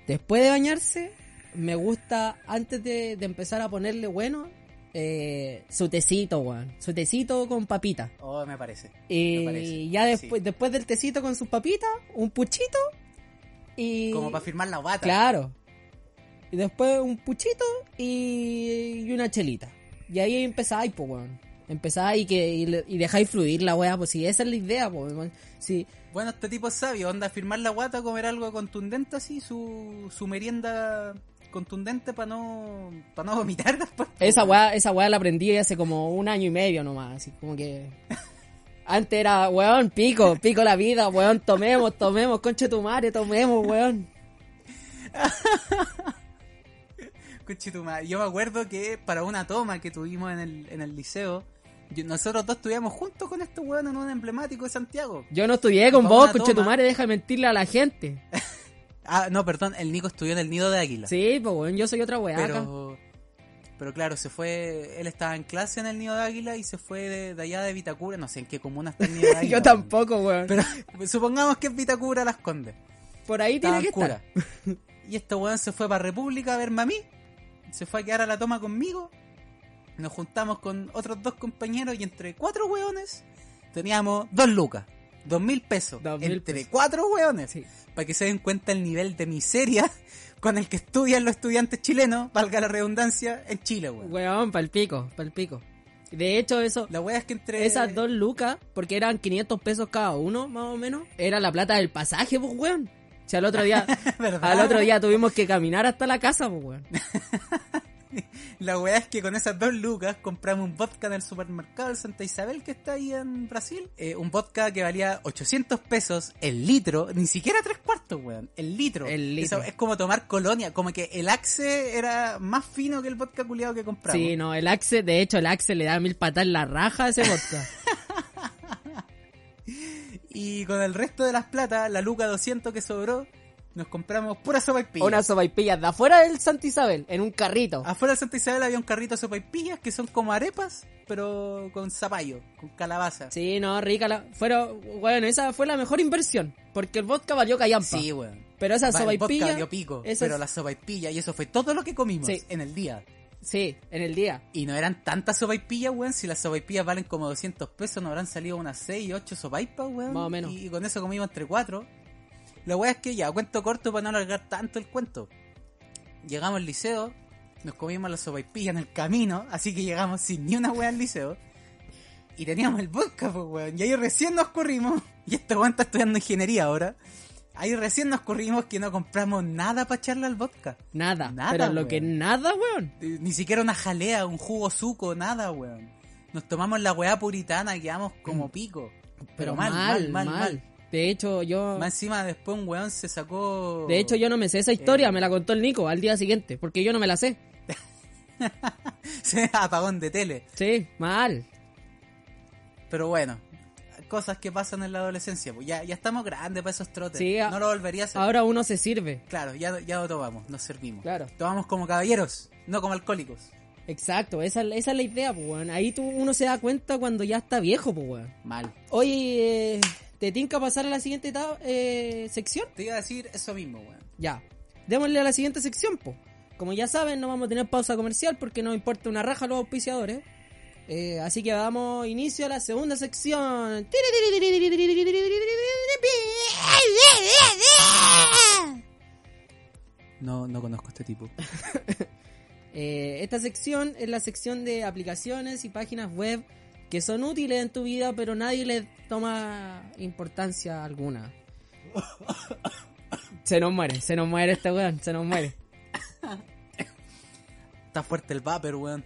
Después de bañarse, me gusta, antes de, de empezar a ponerle bueno, eh, su tecito, weón. Su tecito con papita. Oh, me parece. me parece, Y ya después, sí. después del tecito con sus papitas, un puchito. Y. Como para firmar la bata. Claro. Y después un puchito y, y una chelita. Y ahí empezáis, pues, weón. Empezáis y, que, y, le- y dejáis fluir la weá, pues si esa es la idea, pues, weón. Si, Bueno, este tipo es sabio, onda firmar la guata, comer algo contundente así, su, su merienda contundente para no, pa no vomitar después. esa weá, esa weá la aprendí hace como un año y medio nomás, así como que. Antes era, weón, pico, pico la vida, weón, tomemos, tomemos, conche tu madre, tomemos, weón. Conchetumare. Yo me acuerdo que para una toma que tuvimos en el, en el liceo, yo- nosotros dos estudiamos juntos con estos weón en un emblemático de Santiago. Yo no estudié con Vamos vos, a conche tu toma. madre, deja de mentirle a la gente. Ah, no, perdón, el Nico estudió en el Nido de Águila. Sí, pues, weón, yo soy otra weá. acá. pero, pero claro, se fue, él estaba en clase en el Nido de Águila y se fue de, de allá de Vitacura, no sé en qué comuna está el Nido de Águila. Yo tampoco, weón. Pero supongamos que es Vitacura Las Condes. Por ahí tiene Estaban que estar. cura. Y este weón se fue para República a verme a mí. Se fue a quedar a la toma conmigo. Nos juntamos con otros dos compañeros y entre cuatro weones teníamos dos lucas. Dos mil pesos. Dos mil entre pesos. cuatro weones. Sí. Para que se den cuenta el nivel de miseria con el que estudian los estudiantes chilenos, valga la redundancia, en Chile, weón. Weón, palpico, palpico. De hecho, eso, La wea es que entre... esas dos lucas, porque eran 500 pesos cada uno, más o menos, era la plata del pasaje, pues, weón. Si al otro día, ¿Verdad? al otro día tuvimos que caminar hasta la casa, pues, weón. La weá es que con esas dos lucas compramos un vodka en el supermercado de Santa Isabel que está ahí en Brasil. Eh, un vodka que valía 800 pesos el litro, ni siquiera tres cuartos, weón. El litro. El litro. Eso es como tomar colonia, como que el axe era más fino que el vodka culiado que compramos. Sí, no, el Axe, de hecho, el Axe le da mil patas en la raja a ese vodka. Y con el resto de las plata, la luca 200 que sobró, nos compramos pura sopa y pilla. Una sopaipilla de afuera del Santa Isabel, en un carrito. Afuera de Santa Isabel había un carrito de sopa y pillas que son como arepas, pero con zapallo, con calabaza. Sí, no, rica la... Fueron, bueno, esa fue la mejor inversión, porque el vodka valió callampa. Sí, weón. Pero esa Va, el vodka sopaipilla... dio pico, esa- pero la sopaipilla y eso fue todo lo que comimos Sí. en el día. Sí, en el día. Y no eran tantas sopaipillas, weón. Si las sopaipillas valen como 200 pesos, nos habrán salido unas 6, 8 sopaipas, weón. Más o menos. Y con eso comimos entre 4. La weá es que ya, cuento corto para no alargar tanto el cuento. Llegamos al liceo, nos comimos las sopaipillas en el camino, así que llegamos sin ni una weá al liceo. Y teníamos el vodka, pues, weón. Y ahí recién nos corrimos. Y este weón está estudiando ingeniería ahora. Ahí recién nos corrimos que no compramos nada para echarle al vodka. Nada, Nada, pero lo weón. que nada, weón. Eh, Ni siquiera una jalea, un jugo suco, nada, weón. Nos tomamos la weá puritana y quedamos como pico. Pero, mal, mal, mal, mal, De hecho, yo Más encima después un weón se sacó... de hecho yo no me sé eh, esa historia, me la contó el Nico al día siguiente, porque yo no me la sé. se apagón de tele. Sí, mal. Pero bueno, cosas que pasan en la adolescencia. pues Ya, ya estamos grandes para esos trotes. Sí, ah, a- no lo volvería a hacer. Ahora uno se sirve. Claro, ya, ya lo tomamos, nos servimos. Claro. Tomamos como caballeros, no como alcohólicos. Exacto, esa, esa es la idea, pues, weón. Ahí tú, uno se da cuenta cuando ya está viejo, pues, weón. Mal. Oye, eh, ¿te tinca pasar a la siguiente eta- eh, sección? Te iba a decir eso mismo, weón. Ya. Démosle a la siguiente sección, po. Como ya saben, no vamos a tener pausa comercial porque nos importa una raja a los auspiciadores. Eh, así que damos inicio a la segunda sección. No, no conozco a este tipo. Eh, esta sección es la sección de aplicaciones y páginas web que son útiles en tu vida, pero nadie les toma importancia alguna. Se nos muere, se nos muere este weón, se nos muere. Está fuerte el vapor, weón.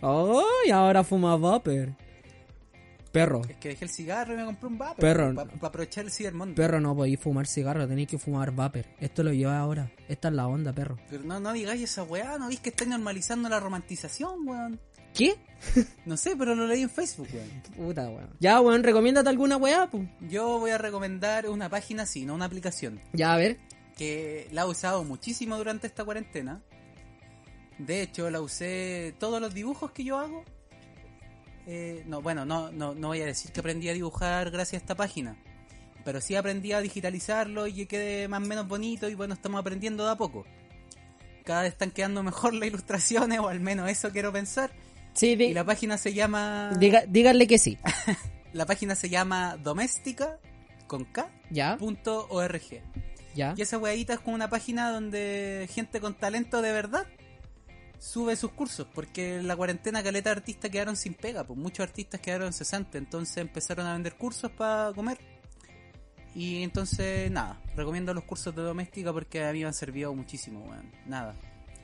¡Oh! Y ahora fuma vapor. Perro, Es que dejé el cigarro y me compré un vapor. Perro. Para aprovechar el Cybermonday. perro, no podéis fumar cigarro, tenéis que fumar vapor. Esto lo lleva ahora. Esta es la onda, perro. Pero no, no digáis esa weá, no veis que estáis normalizando la romantización, weón. ¿Qué? No sé, pero lo leí en Facebook, weón. Puta, weón. Ya, weón, recomiéndate alguna weá, pu. Yo voy a recomendar una página así, no una aplicación, Ya, a ver. que la he usado muchísimo durante esta cuarentena. De hecho, la usé todos los dibujos que yo hago. Eh, no, bueno, no, no, no voy a decir que aprendí a dibujar gracias a esta página. Pero sí aprendí a digitalizarlo y que quede más o menos bonito y bueno, estamos aprendiendo de a poco. Cada vez están quedando mejor las ilustraciones, o al menos eso quiero pensar. Sí, di- Y la página se llama. diga- díganle que sí. La página se llama doméstica con K, Ya, punto org. ya. Y esa weadita es como una página donde gente con talento de verdad sube sus cursos, porque en la cuarentena caleta de artistas quedaron sin pega, pues muchos artistas quedaron cesantes, entonces empezaron a vender cursos para comer. Y entonces, nada, recomiendo los cursos de doméstica porque a mí me han servido muchísimo, weón. Nada.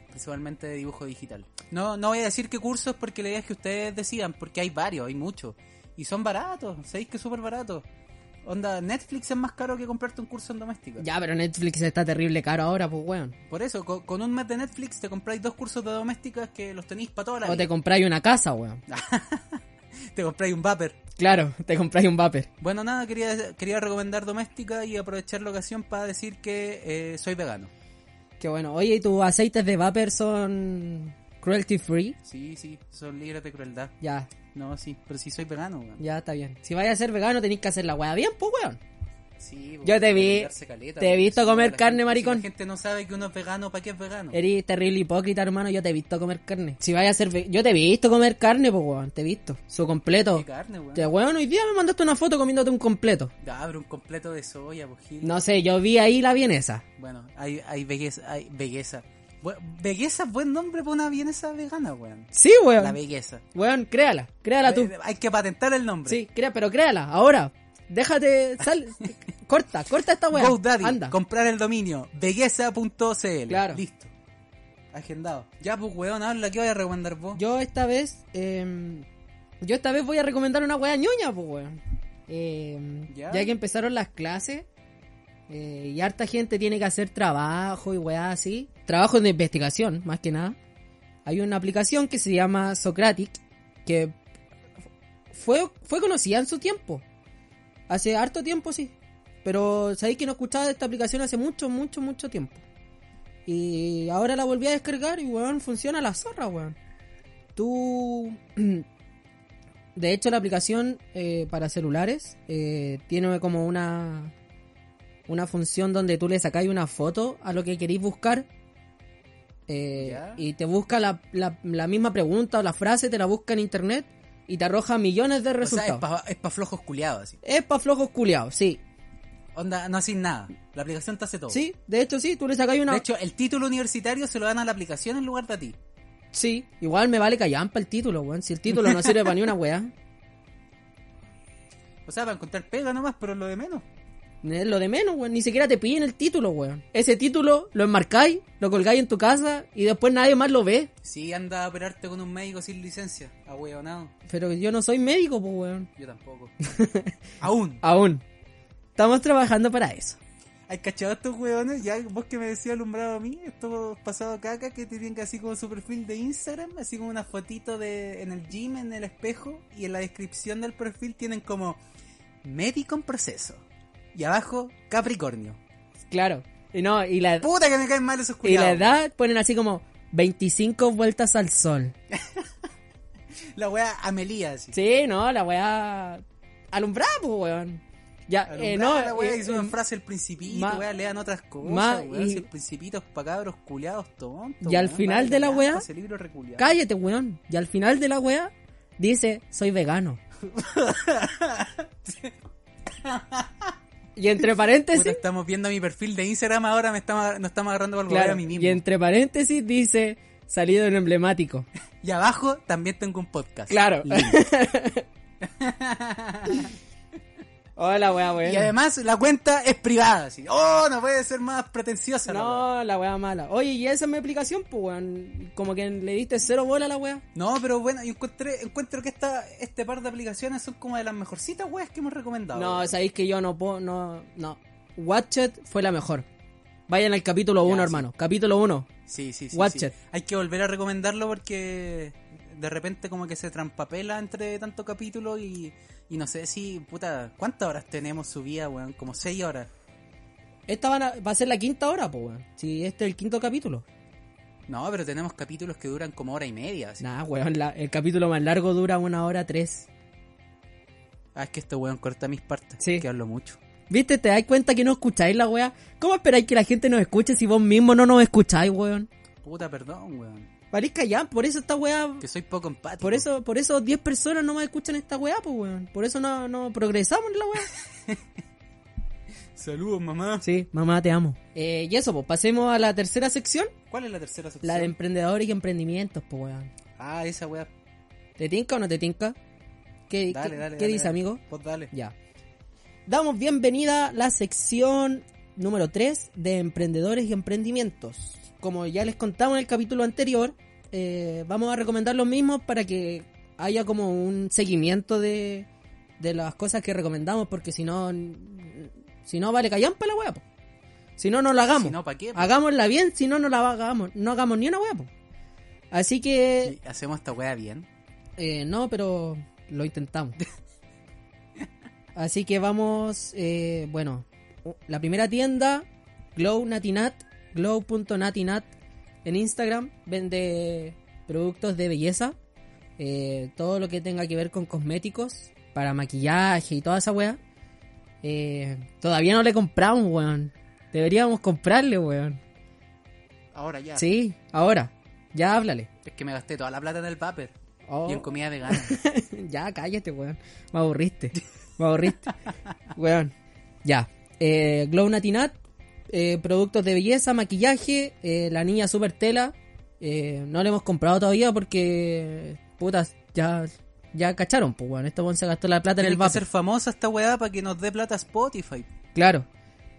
Principalmente de dibujo digital. No, no voy a decir qué cursos porque la idea es que ustedes decidan, porque hay varios, hay muchos. Y son baratos, sabéis que súper baratos. Onda, Netflix es más caro que comprarte un curso en doméstica. Ya, pero Netflix está terrible caro ahora, pues, weón. Por eso, co- con, un mes de Netflix te compráis dos cursos de domésticas que los tenéis para toda la O te vida. compráis una casa, weón. Te compráis un vapor. Claro, te compráis un vapor. Bueno, nada, quería, quería recomendar doméstica y aprovechar la ocasión para decir que eh, soy vegano. Qué bueno. Oye, ¿y tus aceites de vapor son cruelty free? Sí, sí, son libres de crueldad. Ya, No, sí, pero sí soy vegano, weón. ya está bien. Si vais a ser vegano tenéis que hacer la weá bien, pues, weón. Sí, Yo te weón, vi- cuidarse caleta, te he weón. visto Si comer la carne, gente- maricón. Si la gente no sabe que uno es vegano, ¿para qué es vegano? Eres terrible hipócrita, hermano. Yo te he visto comer carne. Si vais a ser ve- Yo te he visto comer carne, pues, weón. Te he visto. Su completo. ¿Qué carne, weón? Te, weón, hoy día me mandaste una foto comiéndote un completo. Ya, abre un completo de soya, pues, Gil. No sé, yo vi ahí la vienesa. Bueno, hay, hay belleza, hay belleza. Bu- belleza es buen nombre para una bienesa vegana, weón. Sí, La weón. belleza. Weón, créala. Créala tú. Ve- Eh, Hay que patentar el nombre. Sí, crea, pero créala. Ahora. Déjate. Sal. corta, corta esta weá. Go Daddy, Anda. comprar el dominio belleza.cl. Claro. Listo. Agendado. Ya, pues, weón, habla, ¿qué voy a recomendar vos? Yo esta vez. em, yo esta vez voy a recomendar una weá ñoña, pues weón. Em, Ya. ¿Ya? que empezaron las clases. eh, y harta gente tiene que hacer trabajo y weá así. Trabajo de investigación, más que nada. Hay una aplicación que se llama Socratic. Que fue, fue conocida en su tiempo. Hace harto tiempo, sí. Pero sabéis que no escuchaba de esta aplicación hace mucho, mucho, mucho tiempo. Y ahora la volví a descargar y, weón, funciona la zorra, weón. Tú. De hecho, la aplicación eh, para celulares eh, tiene como una. Una función donde tú le sacáis una foto a lo que queréis buscar. eh, Ya. y te busca la, la- la misma pregunta o la frase, te la busca en internet y te arroja millones de o sea, resultados. es para flojos culiados, así. es para flojos culiados, sí. Onda, no haces nada. La aplicación te hace todo. Sí, de hecho sí, tú le sacáis una... De hecho, el título universitario se lo dan a la aplicación en lugar de a ti. Sí, igual me vale callampa el título, weón. Si el título no sirve para ni una weá. O sea, para encontrar pega nomás, pero lo de menos. Es lo de menos, weón. Ni siquiera te piden el título, weón. Ese título lo enmarcáis, lo colgáis en tu casa y después nadie más lo ve. Sí, anda a operarte con un médico sin licencia. A weonado. Pero yo no soy médico, pues, weón. Yo tampoco. Aún. Aún. Estamos trabajando para eso. ¿Has cachado estos weones? Ya vos que me decías alumbrado a mí, estos pasados caca que tienen así como su perfil de Instagram, así como una fotito de en el gym, en el espejo, y en la descripción del perfil tienen como médico en proceso. Y abajo, Capricornio. Claro. Y no, y la, Puta que me caen mal esos y la culiados. edad ponen así como 25 vueltas al sol. La wea Amelía así. Sí, no, la weá... Alumbrada, pues, weón. Ya, Alumbrada eh, no, la wea, eh, y suben eh, frase el principito, ma- wea, lean otras cosas, ma- wea, y- si el principito es pa' cabros culiados tontos. Y al weón, final vale de la callampa wea, ese libro reculiado. cállate, weón. Y al final de la weá, dice, soy vegano. y entre Puta, paréntesis, estamos viendo mi perfil de Instagram ahora, me estamos, nos estamos agarrando al claro, a mí mismo. y entre paréntesis dice, salido en emblemático. Y abajo también tengo un podcast. Claro. Lindo. Hola, weá, weá. Y además la cuenta es privada, así. Oh, no puede ser más pretenciosa. la wea. No, la weá mala. Oye, y esa es mi explicación, pues, weón. Como que le diste cero bola a la weá. No, pero bueno, yo encontré, encuentro que esta, este par de aplicaciones son como de las mejorcitas weas que hemos recomendado. No, sabéis que yo no puedo, no, no. Watch It fue la mejor. Vayan al capítulo 1, sí. hermano. Capítulo 1. Sí, sí, sí. Watch sí. it. Hay que volver a recomendarlo porque de repente como que se trampapela entre tanto capítulo y, y no sé si, puta, ¿cuántas horas tenemos subida, weón? Como seis horas. Esta van a- va a ser la quinta hora, pues, weón. Sí, este es el quinto capítulo. No, pero tenemos capítulos que duran como hora y media. así. Nah, weón, la- el capítulo más largo dura una hora tres. Ah, es que este weón corta mis partes, Sí. que hablo mucho. ¿Viste? ¿Te das cuenta que no escucháis la weá? ¿Cómo esperáis que la gente nos escuche si vos mismo no nos escucháis, weón? Puta, perdón, weón. Parezca ya, por eso esta weá... Que soy poco empático. Por eso, por eso 10 personas no más escuchan esta weá, pues weón. Por eso no, no progresamos en la weá. Saludos, mamá. Sí, mamá, te amo. Eh, y eso, pues pasemos a la tercera sección. ¿Cuál es la tercera sección? La de em- emprendedores y emprendimientos, pues weón. Ah, esa weá. ¿Te tinca o no te tinca? ¿Qué, Dale, qué- dale. qué dale, dice, dale. amigo? Vos dale. Ya. Damos bienvenida a la sección número 3 de emprendedores y emprendimientos. Como ya les contamos en el capítulo anterior, eh, vamos a recomendar los mismos para que haya como un seguimiento de, de las cosas que recomendamos, porque si no, n- si no vale callampa la hueá. po. Si no, no la hagamos. Si no, ¿pa' qué? po? Hagámosla bien, si no, no la hagamos. No hagamos ni una hueá. po. Así que, Y Hacemos esta weá bien. eh, no, pero lo intentamos. Así que vamos, eh, bueno, la primera tienda, Glow Natinat, glow.natinat en Instagram, vende productos de belleza, eh, todo lo que tenga que ver con cosméticos, para maquillaje y toda esa wea. Eh, todavía no le compramos, weón. Deberíamos comprarle, weón. Ahora ya. Sí, ahora, ya háblale. Es que me gasté toda la plata en el vapor. Oh. Y en comida vegana. ya, cállate, weón. Me aburriste. Me aburriste. weón. Ya. Eh, Glow Natinat. eh, productos de belleza, maquillaje. eh, la niña super tela. eh, no le hemos comprado todavía porque. Putas, ya. Ya cacharon, pues, weón. Este weón se gastó la plata en el Tiene que vapor. ser famosa esta weá para que nos dé plata Spotify. Claro.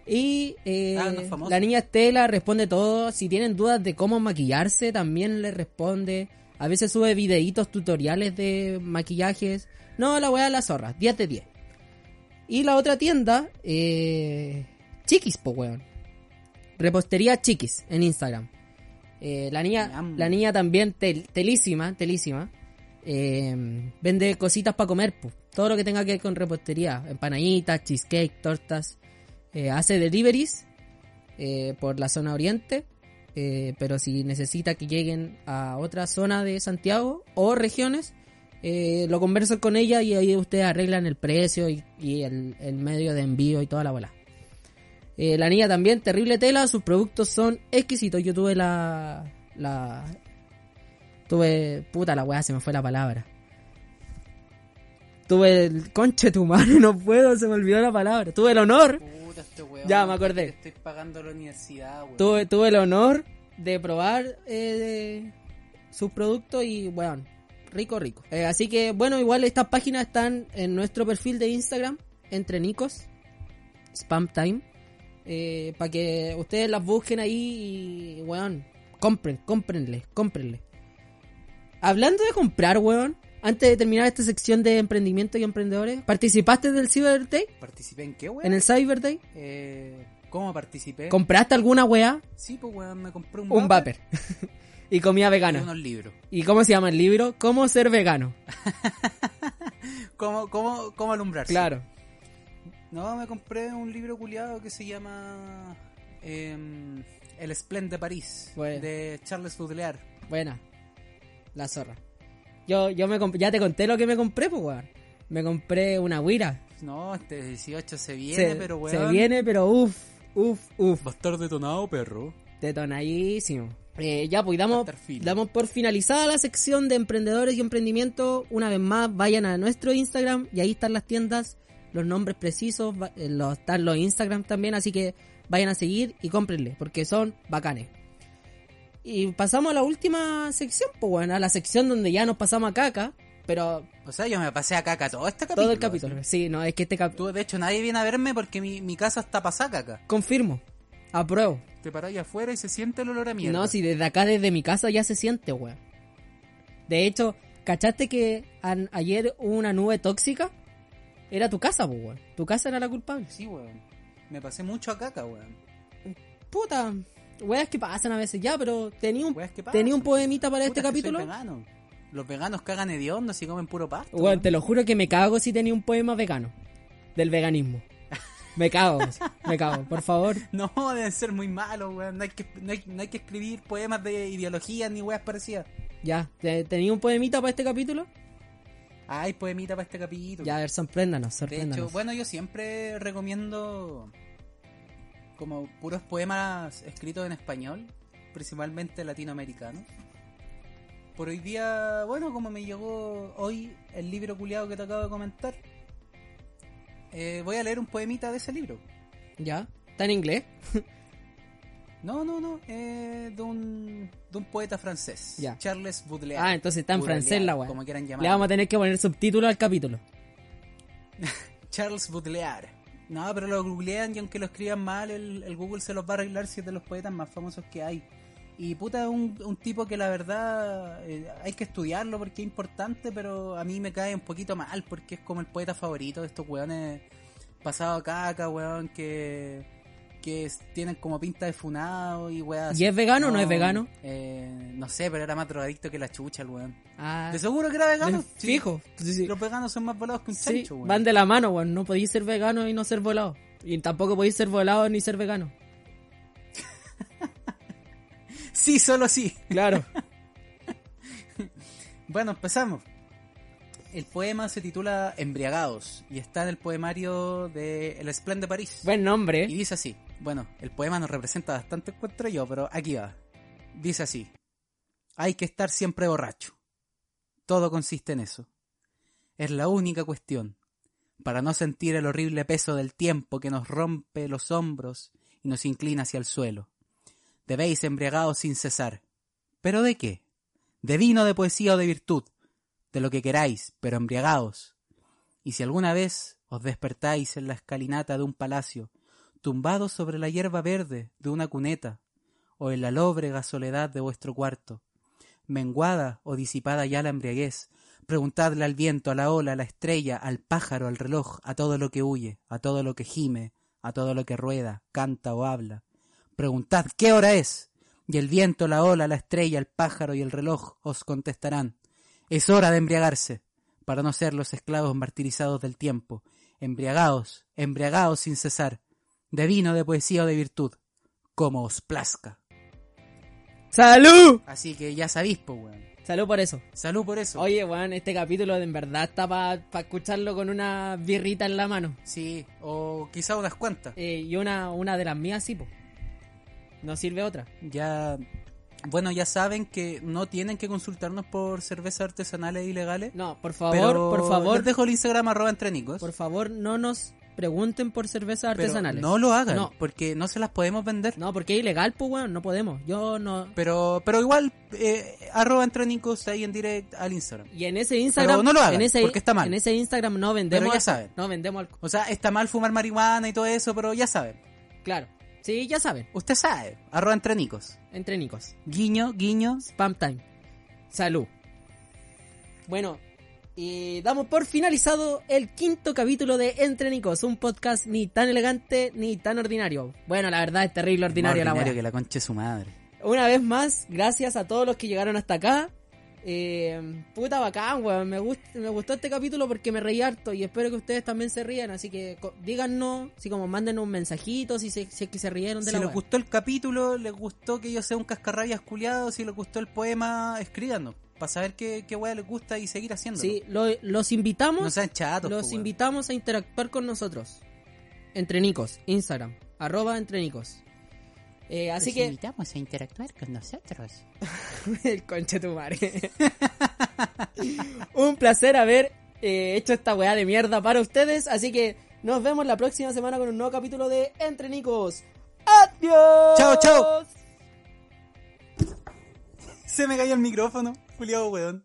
Y eh, Ah, no es famoso. la niña Estela responde todo. Si tienen dudas de cómo maquillarse, también le responde. A veces sube videitos, tutoriales de maquillajes. No, la weá de las zorras, 10 de 10. Y la otra tienda, eh, Chiquis, po weón. Repostería Chiquis en Instagram. Eh, la, niña, Yam. la niña también tel- telísima, telísima. Eh, vende cositas para comer, po. todo lo que tenga que ver con repostería, empanaditas, cheesecake, tortas. Eh, hace deliveries eh, por la zona oriente, eh, pero si necesita que lleguen a otra zona de Santiago o regiones, eh, lo conversan con ella y ahí ustedes arreglan el precio y, y el, el medio de envío y toda la bola. Eh, la niña también, terrible tela, sus productos son exquisitos. Yo tuve la. la tuve. puta la weá, se me fue la palabra. Tuve el conche tu madre, no puedo, se me olvidó la palabra. Tuve el honor Puta, este weón. Ya, me acordé. que Estoy pagando la universidad, weón. tuve, tuve el honor de probar eh, sus productos y, bueno, rico, rico. Eh, así que, bueno, igual estas páginas están en nuestro perfil de Instagram, entre Nicos, Spam Time, para que ustedes las busquen ahí y, weón, compren, cómprenle, cómprenle. Hablando de comprar, weón, antes de terminar esta sección de emprendimiento y emprendedores, ¿participaste del Cyber Day? ¿Participé en qué, weón? ¿En el Cyber Day? Eh, ¿Cómo participé? ¿Compraste alguna weá? Sí, pues weón, me compré un, Un vapor vapor. y comida y vegana. unos libros. ¿Y cómo se llama el libro? ¿Cómo ser vegano? ¿Cómo, cómo, cómo alumbrarse? Claro. No, me compré un libro culiado que se llama em, El Splend de París, Bueno. de Charles Baudelaire. Buena. La zorra. Yo, yo me comp- ya te conté lo que me compré, pues, weón. Me compré una guira. No, este 18 se viene, pero weón. se viene, pero uff, uff, uff. Va a estar detonado, perro. Detonadísimo. Eh, ya, pues damos, Va a estar fino. damos por finalizada la sección de emprendedores y emprendimiento. Una vez más, vayan a nuestro Instagram y ahí están las tiendas, los nombres precisos, va- eh, los, están los Instagram también, así que vayan a seguir y cómprenle, porque son bacanes. Y pasamos a la última sección, pues bueno, a la sección donde ya nos pasamos a caca, Pero O sea, yo me pasé a caca todo este capítulo. todo el capítulo. Sí, no, es que este capítulo... Tú, de hecho, nadie viene a verme porque mi, mi casa está pasada caca. Confirmo. Apruebo. Te parás ahí afuera y se siente el olor a mierda. No, si desde acá, desde mi casa, ya se siente, weón. De hecho, ¿cachaste que an- ayer hubo una nube tóxica? Era tu casa, po, weón. Tu casa era la culpable. Sí, weón. Me pasé mucho a caca, weón. Puta, weas que pasan a veces ya, pero tenía un, Weas que pasan. tenía un poemita para este Puta, es que soy capítulo. vegano. Los veganos cagan hediondos y comen puro pasto. Weón, te lo juro que me cago si tenía un poema vegano. Del veganismo. Me cago, así, me cago. Por favor, No, deben ser muy malos, weón. No hay, que, no, hay, no hay que escribir poemas de ideología ni weas parecidas. ya. ¿Te- ¿Tenía un poemita para este capítulo? Ay, poemita para este capítulo. Ya, a ver, sorpréndanos, de hecho, sorpréndanos. bueno, yo siempre recomiendo como puros poemas escritos en español, principalmente latinoamericanos. Por hoy día, bueno, como me llegó hoy el libro culiado que te acabo de comentar, eh, voy a leer un poemita de ese libro. ¿Ya? ¿Está en inglés? No, no, no, eh, de, un, de un poeta francés, Ya. Charles Baudelaire. Ah, entonces está en Baudelaire, francés la weá. Como quieran Le llamarlo. vamos a tener que poner subtítulo al capítulo. Charles Baudelaire. No, pero lo googlean y aunque lo escriban mal, el, el Google se los va a arreglar si es de los poetas más famosos que hay. Y puta, es un, un tipo que la verdad eh, hay que estudiarlo porque es importante, pero a mí me cae un poquito mal porque es como el poeta favorito de estos weones pasado a caca, weón, que, que es- tienen como pinta de funado y weón. ¿Y es vegano o no es vegano? no sé, pero era más drogadicto que la chucha el weón. Ah, De seguro que era vegano. de- sí. fijo. Sí, sí. Los veganos son más volados que un Sí, chancho, weón. van de la mano, weón. No podéis ser vegano y no ser volado. Y tampoco podéis ser volado ni ser vegano. Sí, solo sí. Claro. Bueno, empezamos. El poema se titula Embriagados y está en el poemario de El Esplendor de París. Buen nombre. Y ¿eh? dice así. Bueno, el poema nos representa bastante, encuentro yo, pero aquí va. Dice así. Hay que estar siempre borracho. Todo consiste en eso. Es la única cuestión. Para no sentir el horrible peso del tiempo que nos rompe los hombros y nos inclina hacia el suelo. Debéis embriagados sin cesar. ¿Pero de qué? De vino, de poesía o de virtud. De lo que queráis, pero embriagados. Y si alguna vez os despertáis en la escalinata de un palacio, tumbados sobre la hierba verde de una cuneta, o en la lóbrega soledad de vuestro cuarto, menguada o disipada ya la embriaguez, preguntadle al viento, a la ola, a la estrella, al pájaro, al reloj, a todo lo que huye, a todo lo que gime, a todo lo que rueda, canta o habla. Preguntad qué hora es, y el viento, la ola, la estrella, el pájaro y el reloj os contestarán. Es hora de embriagarse, para no ser los esclavos martirizados del tiempo, embriagados, embriagados sin cesar, de vino, de poesía o de virtud, como os plazca. ¡Salud! Así que ya sabéis, po, weón. Salud por eso. Salud por eso. Oye, weón, este capítulo de en verdad está para escucharlo con una birrita en la mano. Sí, o quizá unas cuantas. Eh, y una, una de las mías, sí, po. No sirve otra. Ya. Bueno, ya saben que no tienen que consultarnos por cervezas artesanales e ilegales. No, por favor, pero por Les favor, dejo el Instagram arroba entre nicos. por favor, no nos pregunten por cervezas Pero artesanales. No lo hagan, No. porque no se las podemos vender. No, porque es ilegal, pues, weón, no podemos. Yo no. Pero, pero igual, eh, arroba entre nicos ahí en direct al Instagram. Y en ese Instagram. Pero no lo hagan, en ese, porque está mal. En ese Instagram no vendemos. Pero ya alcohol. saben. No vendemos alcohol. O sea, está mal fumar marihuana y todo eso, pero ya saben. Claro. Sí, ya saben. Usted sabe, arroba entre nicos. Entre Nicos. Guiño, guiño. Spam time. Salud. Bueno, y damos por finalizado el quinto capítulo de Entre Nicos, un podcast ni tan elegante ni tan ordinario. Bueno, la verdad es terrible ordinario, Más la ordinario wea. que la conche su madre. Una vez más, gracias a todos los que llegaron hasta acá. Eh, puta bacán, weón. Me, gust- me gustó este capítulo porque me reí harto y espero que ustedes también se rían. Así que co- díganos, si como mándenos un mensajito, si, se- si es que se rieron de Si la les wea. gustó el capítulo, les gustó que yo sea un cascarrabias culiado, si les gustó el poema, escríbanos. Para saber qué, qué weá les gusta y seguir haciéndolo. Sí, lo- los invitamos. no sean chatos. Los po, weón. invitamos a interactuar con nosotros. Entre Nicos, Instagram, arroba entre Nicos. Eh, Pues así que, invitamos a interactuar con nosotros. el conche tu madre. Un placer haber eh, hecho esta weá de mierda para ustedes. Así que nos vemos la próxima semana con un nuevo capítulo de Entre Nicos. ¡Adiós! Chao, chao. Se me cayó el micrófono, culiado weón.